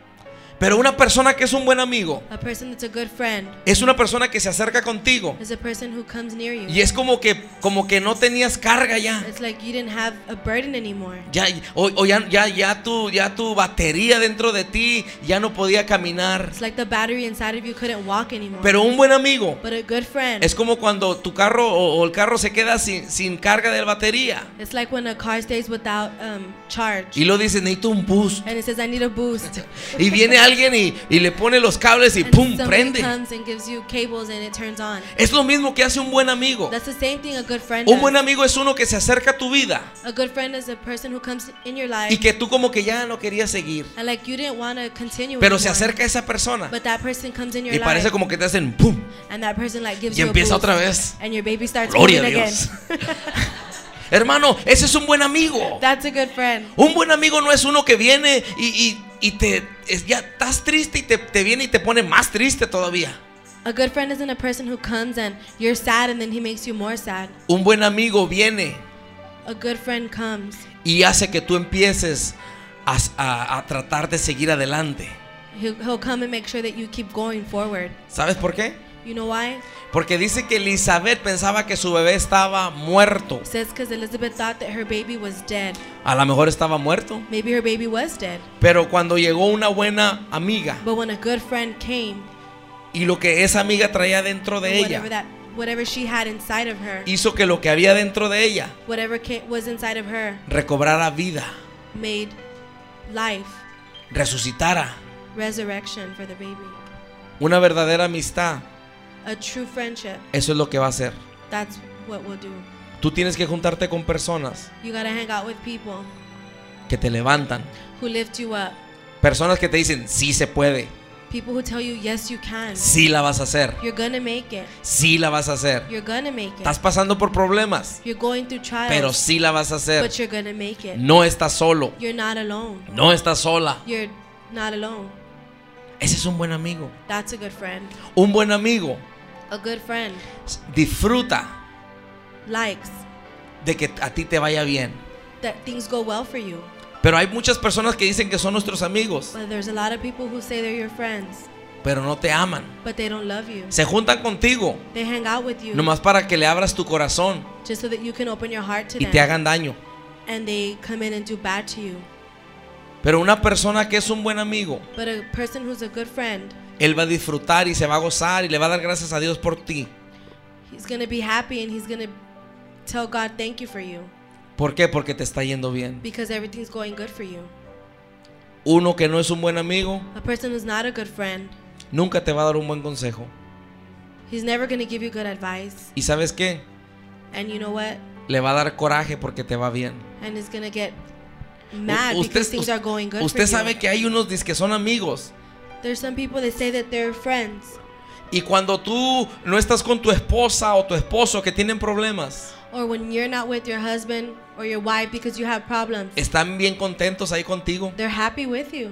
Speaker 2: Pero una persona que es un buen amigo,
Speaker 1: a person that's a good friend
Speaker 2: es una persona que se acerca contigo
Speaker 1: is a person who comes near you
Speaker 2: y es como que, como que no tenías carga ya.
Speaker 1: it's like you didn't have a burden anymore
Speaker 2: Ya, o, o ya, ya, ya tu, ya tu batería dentro de ti ya no podía caminar.
Speaker 1: it's like the battery inside of you couldn't walk anymore
Speaker 2: Pero un buen amigo
Speaker 1: but a good friend
Speaker 2: Es como cuando tu carro o, o el carro se queda sin, sin carga de batería.
Speaker 1: it's like when a car stays without um, charge
Speaker 2: Y lo dicen, necesito un boost.
Speaker 1: and it says I need a boost <laughs>
Speaker 2: Y viene alguien y, y le pone los cables y
Speaker 1: And
Speaker 2: ¡pum!
Speaker 1: somebody
Speaker 2: prende.
Speaker 1: comes and gives you cables and it turns on.
Speaker 2: Es lo mismo que hace un buen amigo.
Speaker 1: That's the same thing a good friend
Speaker 2: Oh. Un buen
Speaker 1: does.
Speaker 2: amigo es uno que se acerca a tu vida
Speaker 1: A good friend is a person who comes in your
Speaker 2: y
Speaker 1: life
Speaker 2: que tú como que ya no querías seguir.
Speaker 1: and like you didn't want to continue
Speaker 2: Pero
Speaker 1: anymore.
Speaker 2: se acerca esa persona
Speaker 1: But that person comes in your
Speaker 2: y parece
Speaker 1: life
Speaker 2: como que te hacen ¡pum!
Speaker 1: and that person like gives
Speaker 2: Y
Speaker 1: you a
Speaker 2: empieza
Speaker 1: boost.
Speaker 2: otra vez.
Speaker 1: And your baby starts
Speaker 2: Gloria a
Speaker 1: moving again.
Speaker 2: Dios. Hermano, ese es un buen amigo.
Speaker 1: <laughs> That's a good friend.
Speaker 2: Un buen amigo no es uno que viene y, y- y te es- ya estás triste y te, te viene y te pone más triste todavía.
Speaker 1: A good friend isn't a person who comes and you're sad and then he makes you more sad.
Speaker 2: Un buen amigo viene
Speaker 1: A good friend comes.
Speaker 2: y hace que tú empieces a, a- a tratar de seguir adelante.
Speaker 1: He'll, he'll come and make sure that you keep going forward.
Speaker 2: ¿Sabes por qué?
Speaker 1: You know why?
Speaker 2: Porque dice que Elizabeth pensaba que su bebé estaba muerto.
Speaker 1: It says because Elizabeth thought that her baby was dead.
Speaker 2: A lo mejor estaba muerto.
Speaker 1: Maybe her baby was dead.
Speaker 2: Pero cuando llegó una buena amiga
Speaker 1: But when a good friend came,
Speaker 2: y lo que esa amiga traía dentro de
Speaker 1: whatever
Speaker 2: ella, E-,
Speaker 1: that, whatever she had inside of her,
Speaker 2: hizo que lo que había dentro de ella
Speaker 1: whatever ca- was inside of her,
Speaker 2: recobrara vida,
Speaker 1: made life,
Speaker 2: resucitara.
Speaker 1: resurrection for the baby.
Speaker 2: Una verdadera amistad,
Speaker 1: A true friendship.
Speaker 2: eso es lo que va a hacer.
Speaker 1: That's what we'll do.
Speaker 2: Tú tienes que juntarte con personas
Speaker 1: You gotta hang out with people
Speaker 2: que te levantan,
Speaker 1: who lift you up.
Speaker 2: personas que te dicen, sí se puede,
Speaker 1: People who tell you, yes, you can.
Speaker 2: sí la vas a hacer,
Speaker 1: You're gonna make it.
Speaker 2: sí la vas a hacer.
Speaker 1: You're gonna make
Speaker 2: Estás
Speaker 1: it.
Speaker 2: pasando por problemas,
Speaker 1: You're going through trials,
Speaker 2: pero sí la vas a hacer.
Speaker 1: but you're gonna make it.
Speaker 2: No estás solo,
Speaker 1: You're not alone.
Speaker 2: no estás sola.
Speaker 1: You're not alone.
Speaker 2: Ese es un buen amigo.
Speaker 1: That's a good friend.
Speaker 2: Un buen amigo
Speaker 1: A good friend
Speaker 2: disfruta
Speaker 1: likes
Speaker 2: de que a ti te vaya bien.
Speaker 1: that things go well for you.
Speaker 2: Pero hay muchas personas que dicen que son nuestros amigos,
Speaker 1: But there's a lot of people who say they're your friends,
Speaker 2: pero no te aman.
Speaker 1: but they don't love you.
Speaker 2: Se juntan contigo,
Speaker 1: They hang out with you
Speaker 2: nomás para que le abras tu corazón
Speaker 1: just so that you can open your heart to
Speaker 2: y te
Speaker 1: them.
Speaker 2: hagan daño.
Speaker 1: And they come in and do bad to you.
Speaker 2: Pero una persona que es un buen amigo,
Speaker 1: But a person who's a good friend,
Speaker 2: él va a disfrutar y se va a gozar y le va a dar gracias a Dios por ti.
Speaker 1: he's gonna be happy and he's gonna tell God thank you for you
Speaker 2: ¿Por qué? Porque te está yendo bien.
Speaker 1: because everything's going good for you.
Speaker 2: Uno que no es un buen amigo,
Speaker 1: A person who's not a good friend,
Speaker 2: nunca te va a dar un buen consejo.
Speaker 1: he's never gonna give you good advice.
Speaker 2: ¿Y sabes qué?
Speaker 1: And you know what?
Speaker 2: Le va a dar coraje porque te va bien.
Speaker 1: And he's gonna get mad
Speaker 2: U-
Speaker 1: because things are going good
Speaker 2: usted
Speaker 1: for
Speaker 2: sabe
Speaker 1: you.
Speaker 2: que hay unos dis que son amigos.
Speaker 1: There's some people that say that they're friends,
Speaker 2: Y cuando tú no estás con tu esposa o tu esposo que tienen problemas,
Speaker 1: or when you're not with your husband or your wife because you have problems,
Speaker 2: están bien contentos ahí contigo.
Speaker 1: they're happy with you.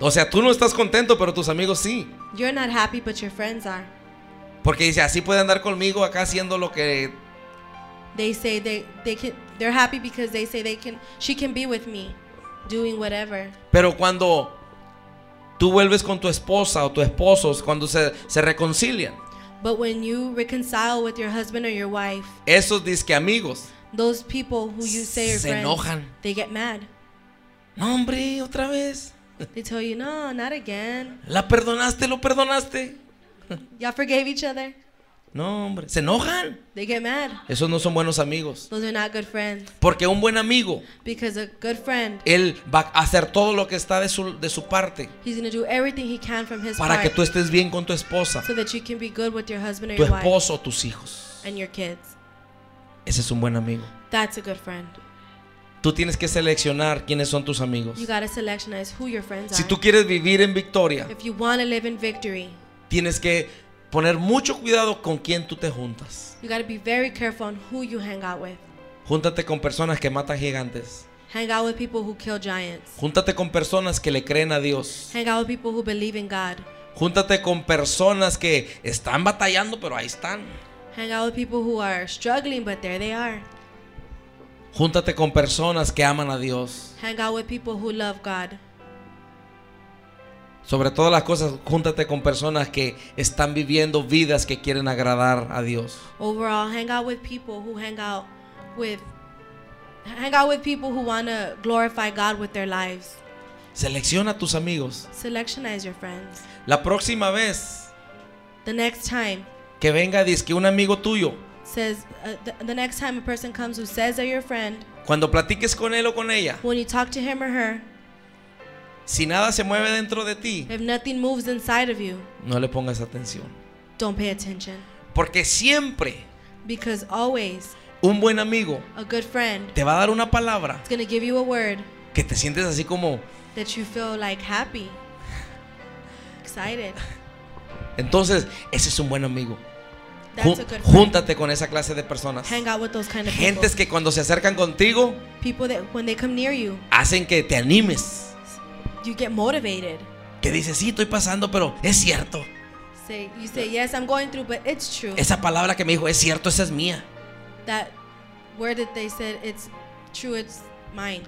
Speaker 2: O sea, tú no estás contento, pero tus amigos sí.
Speaker 1: You're not happy, but your friends are.
Speaker 2: Porque dice, así puede andar conmigo acá haciendo lo que...
Speaker 1: They say they they can they're happy because they say they can she can be with me, doing whatever.
Speaker 2: Pero cuando tú vuelves con tu esposa o tu esposo, cuando se, se reconcilian,
Speaker 1: But when you reconcile with your husband or your wife,
Speaker 2: esos disque amigos.
Speaker 1: those people who you say are
Speaker 2: Se
Speaker 1: friends,
Speaker 2: enojan.
Speaker 1: they get
Speaker 2: <laughs>
Speaker 1: mad.
Speaker 2: No, hombre, otra vez.
Speaker 1: They tell you, no, not again.
Speaker 2: La perdonaste, lo perdonaste.
Speaker 1: Y'all forgave each other.
Speaker 2: No, hombre, se enojan.
Speaker 1: They get mad.
Speaker 2: Esos no son buenos amigos.
Speaker 1: Those are not good friends
Speaker 2: Porque un buen amigo,
Speaker 1: because a good friend,
Speaker 2: él va a hacer todo lo que está de su, de su parte
Speaker 1: he's gonna do everything he can from his
Speaker 2: para que
Speaker 1: part
Speaker 2: tú estés bien con tu esposa,
Speaker 1: so that you can be good with your husband or
Speaker 2: tu
Speaker 1: your wife
Speaker 2: esposo, tus hijos.
Speaker 1: and your kids.
Speaker 2: Ese es un buen amigo.
Speaker 1: That's a good friend.
Speaker 2: Tú tienes que seleccionar quiénes son tus amigos.
Speaker 1: You gotta selectionize who your friends
Speaker 2: Si
Speaker 1: are.
Speaker 2: tú quieres vivir en victoria,
Speaker 1: If you wanna live in victory,
Speaker 2: tienes que poner mucho cuidado con quién tú te juntas.
Speaker 1: you gotta be very careful on who you hang out with.
Speaker 2: Júntate con personas que matan gigantes.
Speaker 1: Hang out with people who kill giants.
Speaker 2: Júntate con personas que le creen a Dios.
Speaker 1: Hang out with people who believe in God.
Speaker 2: Júntate con personas que están batallando, pero ahí están.
Speaker 1: Hang out with people who are struggling, but there they are.
Speaker 2: Júntate con personas que aman a Dios.
Speaker 1: Hang out with people who love God.
Speaker 2: Sobre todas las cosas, júntate con personas que están viviendo vidas que quieren agradar a Dios.
Speaker 1: Overall, hang out with people who hang out with hang out with people who want to glorify God with their lives.
Speaker 2: Selecciona a tus amigos.
Speaker 1: Selectionize your friends.
Speaker 2: La próxima vez
Speaker 1: The next time
Speaker 2: que venga, dice que un amigo tuyo,
Speaker 1: says uh, the, the next time a person comes who says they're your friend,
Speaker 2: cuando platiques con él o con ella,
Speaker 1: when you talk to him or her,
Speaker 2: Si nada se mueve dentro de ti,
Speaker 1: If nothing moves inside of you,
Speaker 2: no le pongas atención.
Speaker 1: don't pay attention.
Speaker 2: Porque siempre
Speaker 1: Because always
Speaker 2: un buen amigo
Speaker 1: a good friend
Speaker 2: te va a dar una palabra
Speaker 1: is going to give you a word
Speaker 2: que te sientes así como...
Speaker 1: that you feel like happy, <laughs> excited.
Speaker 2: Entonces, ese es un buen amigo.
Speaker 1: That's
Speaker 2: Ju-
Speaker 1: a good friend.
Speaker 2: júntate con esa clase de personas.
Speaker 1: Hang out with those kind of people.
Speaker 2: Gentes que cuando se acercan contigo,
Speaker 1: People that when they come near you,
Speaker 2: hacen que te animes.
Speaker 1: you get motivated.
Speaker 2: Que dices, sí, estoy pasando, pero es cierto.
Speaker 1: Say you say yes, I'm going through, but it's true.
Speaker 2: Esa palabra que me dijo, es cierto, esa es mía.
Speaker 1: that word that they said it's true, it's mine.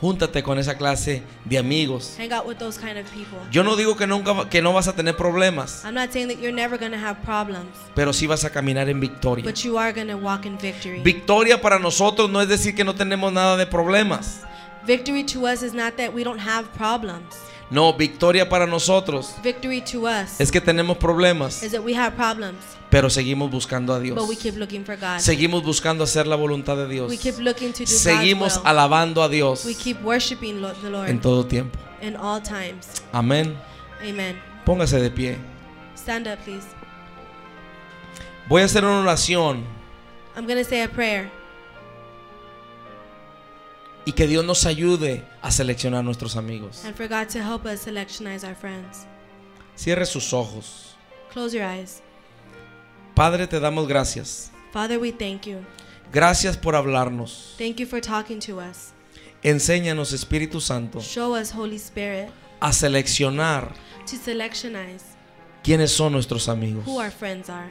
Speaker 2: Júntate con esa clase de amigos.
Speaker 1: Hang out with those kind of people.
Speaker 2: Yo no digo que nunca va- que no vas a tener problemas,
Speaker 1: I'm not saying that you're never gonna have problems,
Speaker 2: pero sí vas a caminar en victoria.
Speaker 1: but you are gonna walk in victory.
Speaker 2: Victoria para nosotros no es decir que no tenemos nada de problemas.
Speaker 1: victory to us is not that we don't have problems.
Speaker 2: No, victoria para nosotros
Speaker 1: Victory to us
Speaker 2: es que tenemos problemas,
Speaker 1: is that we have problems,
Speaker 2: pero seguimos buscando a Dios.
Speaker 1: but we keep looking for God.
Speaker 2: Seguimos buscando hacer la voluntad de Dios.
Speaker 1: We keep looking to do
Speaker 2: Seguimos
Speaker 1: God's will.
Speaker 2: alabando a Dios
Speaker 1: We keep worshiping Lo- the Lord
Speaker 2: en todo tiempo.
Speaker 1: in all times.
Speaker 2: Amén.
Speaker 1: Amen.
Speaker 2: Póngase de pie.
Speaker 1: Stand up, please.
Speaker 2: Voy a hacer una oración
Speaker 1: I'm gonna say a prayer,
Speaker 2: y que Dios nos ayude a seleccionar nuestros amigos.
Speaker 1: and for God to help us selectionize our friends.
Speaker 2: Cierre sus ojos.
Speaker 1: Close your eyes.
Speaker 2: Padre, te damos gracias.
Speaker 1: Father, we thank you.
Speaker 2: Gracias por hablarnos.
Speaker 1: Thank you for talking to us.
Speaker 2: Enséñanos, Espíritu Santo,
Speaker 1: Show us, Holy Spirit,
Speaker 2: a seleccionar
Speaker 1: to selectionize
Speaker 2: quiénes son nuestros amigos.
Speaker 1: who our friends are.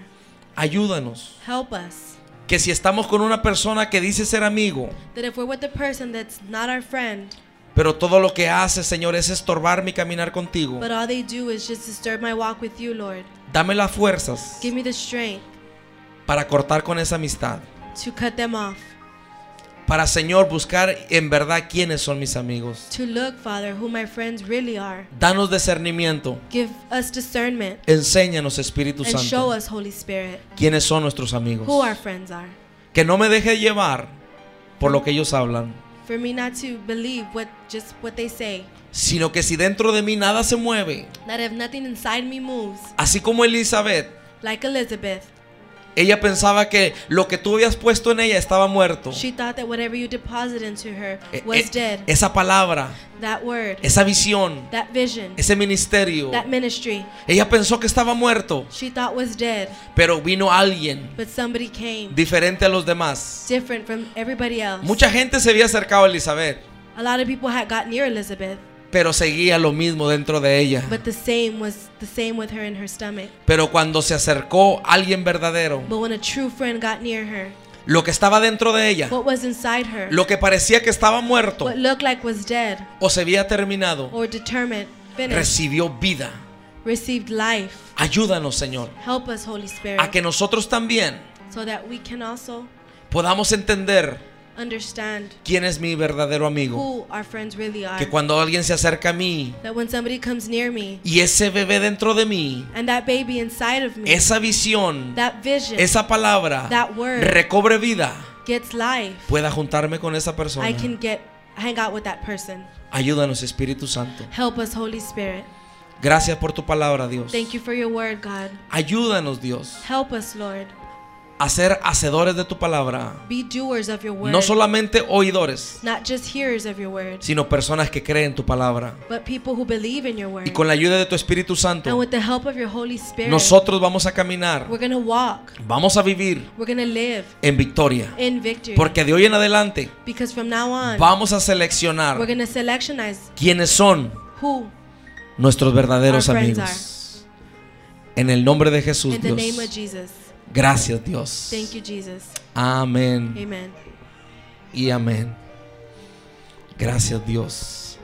Speaker 2: Ayúdanos.
Speaker 1: Help us
Speaker 2: Que si estamos con una persona que dice ser amigo,
Speaker 1: that if we're with a person that's not our friend,
Speaker 2: pero todo lo que hace, Señor, es estorbar mi caminar contigo.
Speaker 1: but all they do is just disturb my walk with you, Lord,
Speaker 2: Dame las fuerzas
Speaker 1: give me the strength
Speaker 2: para cortar con esa amistad.
Speaker 1: to cut them off,
Speaker 2: Para, Señor, buscar en verdad quiénes son mis amigos.
Speaker 1: to look, Father, who my friends really are.
Speaker 2: Danos discernimiento.
Speaker 1: Give us discernment
Speaker 2: Enséñanos, Espíritu
Speaker 1: and show
Speaker 2: Santo,
Speaker 1: us, Holy Spirit,
Speaker 2: quiénes son nuestros amigos.
Speaker 1: who our friends are.
Speaker 2: Que no me deje llevar por lo que ellos hablan,
Speaker 1: For me not to believe what just what they say,
Speaker 2: sino que si dentro de mí nada se mueve,
Speaker 1: that if nothing inside me moves,
Speaker 2: así como Elizabeth,
Speaker 1: like Elizabeth,
Speaker 2: ella pensaba que lo que tú habías puesto en ella estaba muerto.
Speaker 1: She thought that whatever you deposit into her
Speaker 2: E-
Speaker 1: was
Speaker 2: e-
Speaker 1: dead.
Speaker 2: esa palabra,
Speaker 1: That word,
Speaker 2: esa visión,
Speaker 1: that vision,
Speaker 2: ese ministerio,
Speaker 1: that ministry,
Speaker 2: ella pensó que estaba muerto,
Speaker 1: she thought was dead.
Speaker 2: pero vino alguien
Speaker 1: But somebody came
Speaker 2: diferente a los demás.
Speaker 1: different from everybody else.
Speaker 2: Mucha gente se había acercado a Elizabeth,
Speaker 1: A lot of people had got near Elizabeth,
Speaker 2: pero seguía lo mismo dentro de ella.
Speaker 1: but the same was the same with her in her stomach.
Speaker 2: Pero cuando se acercó alguien verdadero,
Speaker 1: But when a true friend got near her,
Speaker 2: lo que estaba dentro de ella,
Speaker 1: what was inside her,
Speaker 2: lo que parecía que estaba muerto
Speaker 1: what looked like was dead
Speaker 2: o se había terminado,
Speaker 1: or determined, finished,
Speaker 2: recibió vida.
Speaker 1: received life.
Speaker 2: Ayúdanos, Señor,
Speaker 1: Help us, Holy
Speaker 2: a
Speaker 1: Spirit,
Speaker 2: que nosotros también
Speaker 1: so that we can also
Speaker 2: podamos entender
Speaker 1: understand
Speaker 2: quién es mi verdadero amigo.
Speaker 1: who our friends really are.
Speaker 2: Que cuando alguien se acerca a mí
Speaker 1: That when somebody comes near me
Speaker 2: y ese bebé dentro de mí,
Speaker 1: and that baby inside of me,
Speaker 2: esa visión,
Speaker 1: that vision
Speaker 2: esa palabra,
Speaker 1: That word.
Speaker 2: recobre vida,
Speaker 1: gets life,
Speaker 2: pueda juntarme con esa
Speaker 1: I
Speaker 2: persona.
Speaker 1: can get hang out with that person.
Speaker 2: Ayúdanos, Espíritu Santo.
Speaker 1: Help us, Holy Spirit.
Speaker 2: Gracias por tu palabra, Dios.
Speaker 1: Thank you for your word, God.
Speaker 2: Ayúdanos, Dios,
Speaker 1: Help us, Lord.
Speaker 2: a ser hacedores de tu palabra.
Speaker 1: Be doers of your word,
Speaker 2: No solamente oidores,
Speaker 1: not just hearers of your word,
Speaker 2: sino personas que creen tu palabra.
Speaker 1: but people who believe in your word.
Speaker 2: Y con la ayuda de tu Espíritu
Speaker 1: And
Speaker 2: Santo,
Speaker 1: with the help of your Holy Spirit,
Speaker 2: nosotros vamos a caminar,
Speaker 1: we're gonna walk.
Speaker 2: vamos a vivir
Speaker 1: We're gonna live
Speaker 2: en victoria.
Speaker 1: in victory.
Speaker 2: Porque de hoy en adelante
Speaker 1: because from now on,
Speaker 2: vamos a
Speaker 1: we're
Speaker 2: seleccionar
Speaker 1: gonna selectionize
Speaker 2: quiénes son
Speaker 1: who,
Speaker 2: nuestros verdaderos
Speaker 1: Our friends
Speaker 2: amigos. En el nombre de Jesús,
Speaker 1: in the name of
Speaker 2: Dios.
Speaker 1: Jesus.
Speaker 2: Gracias, Dios.
Speaker 1: Thank you, Jesus.
Speaker 2: Amén
Speaker 1: Amen.
Speaker 2: y amén. Gracias, Dios.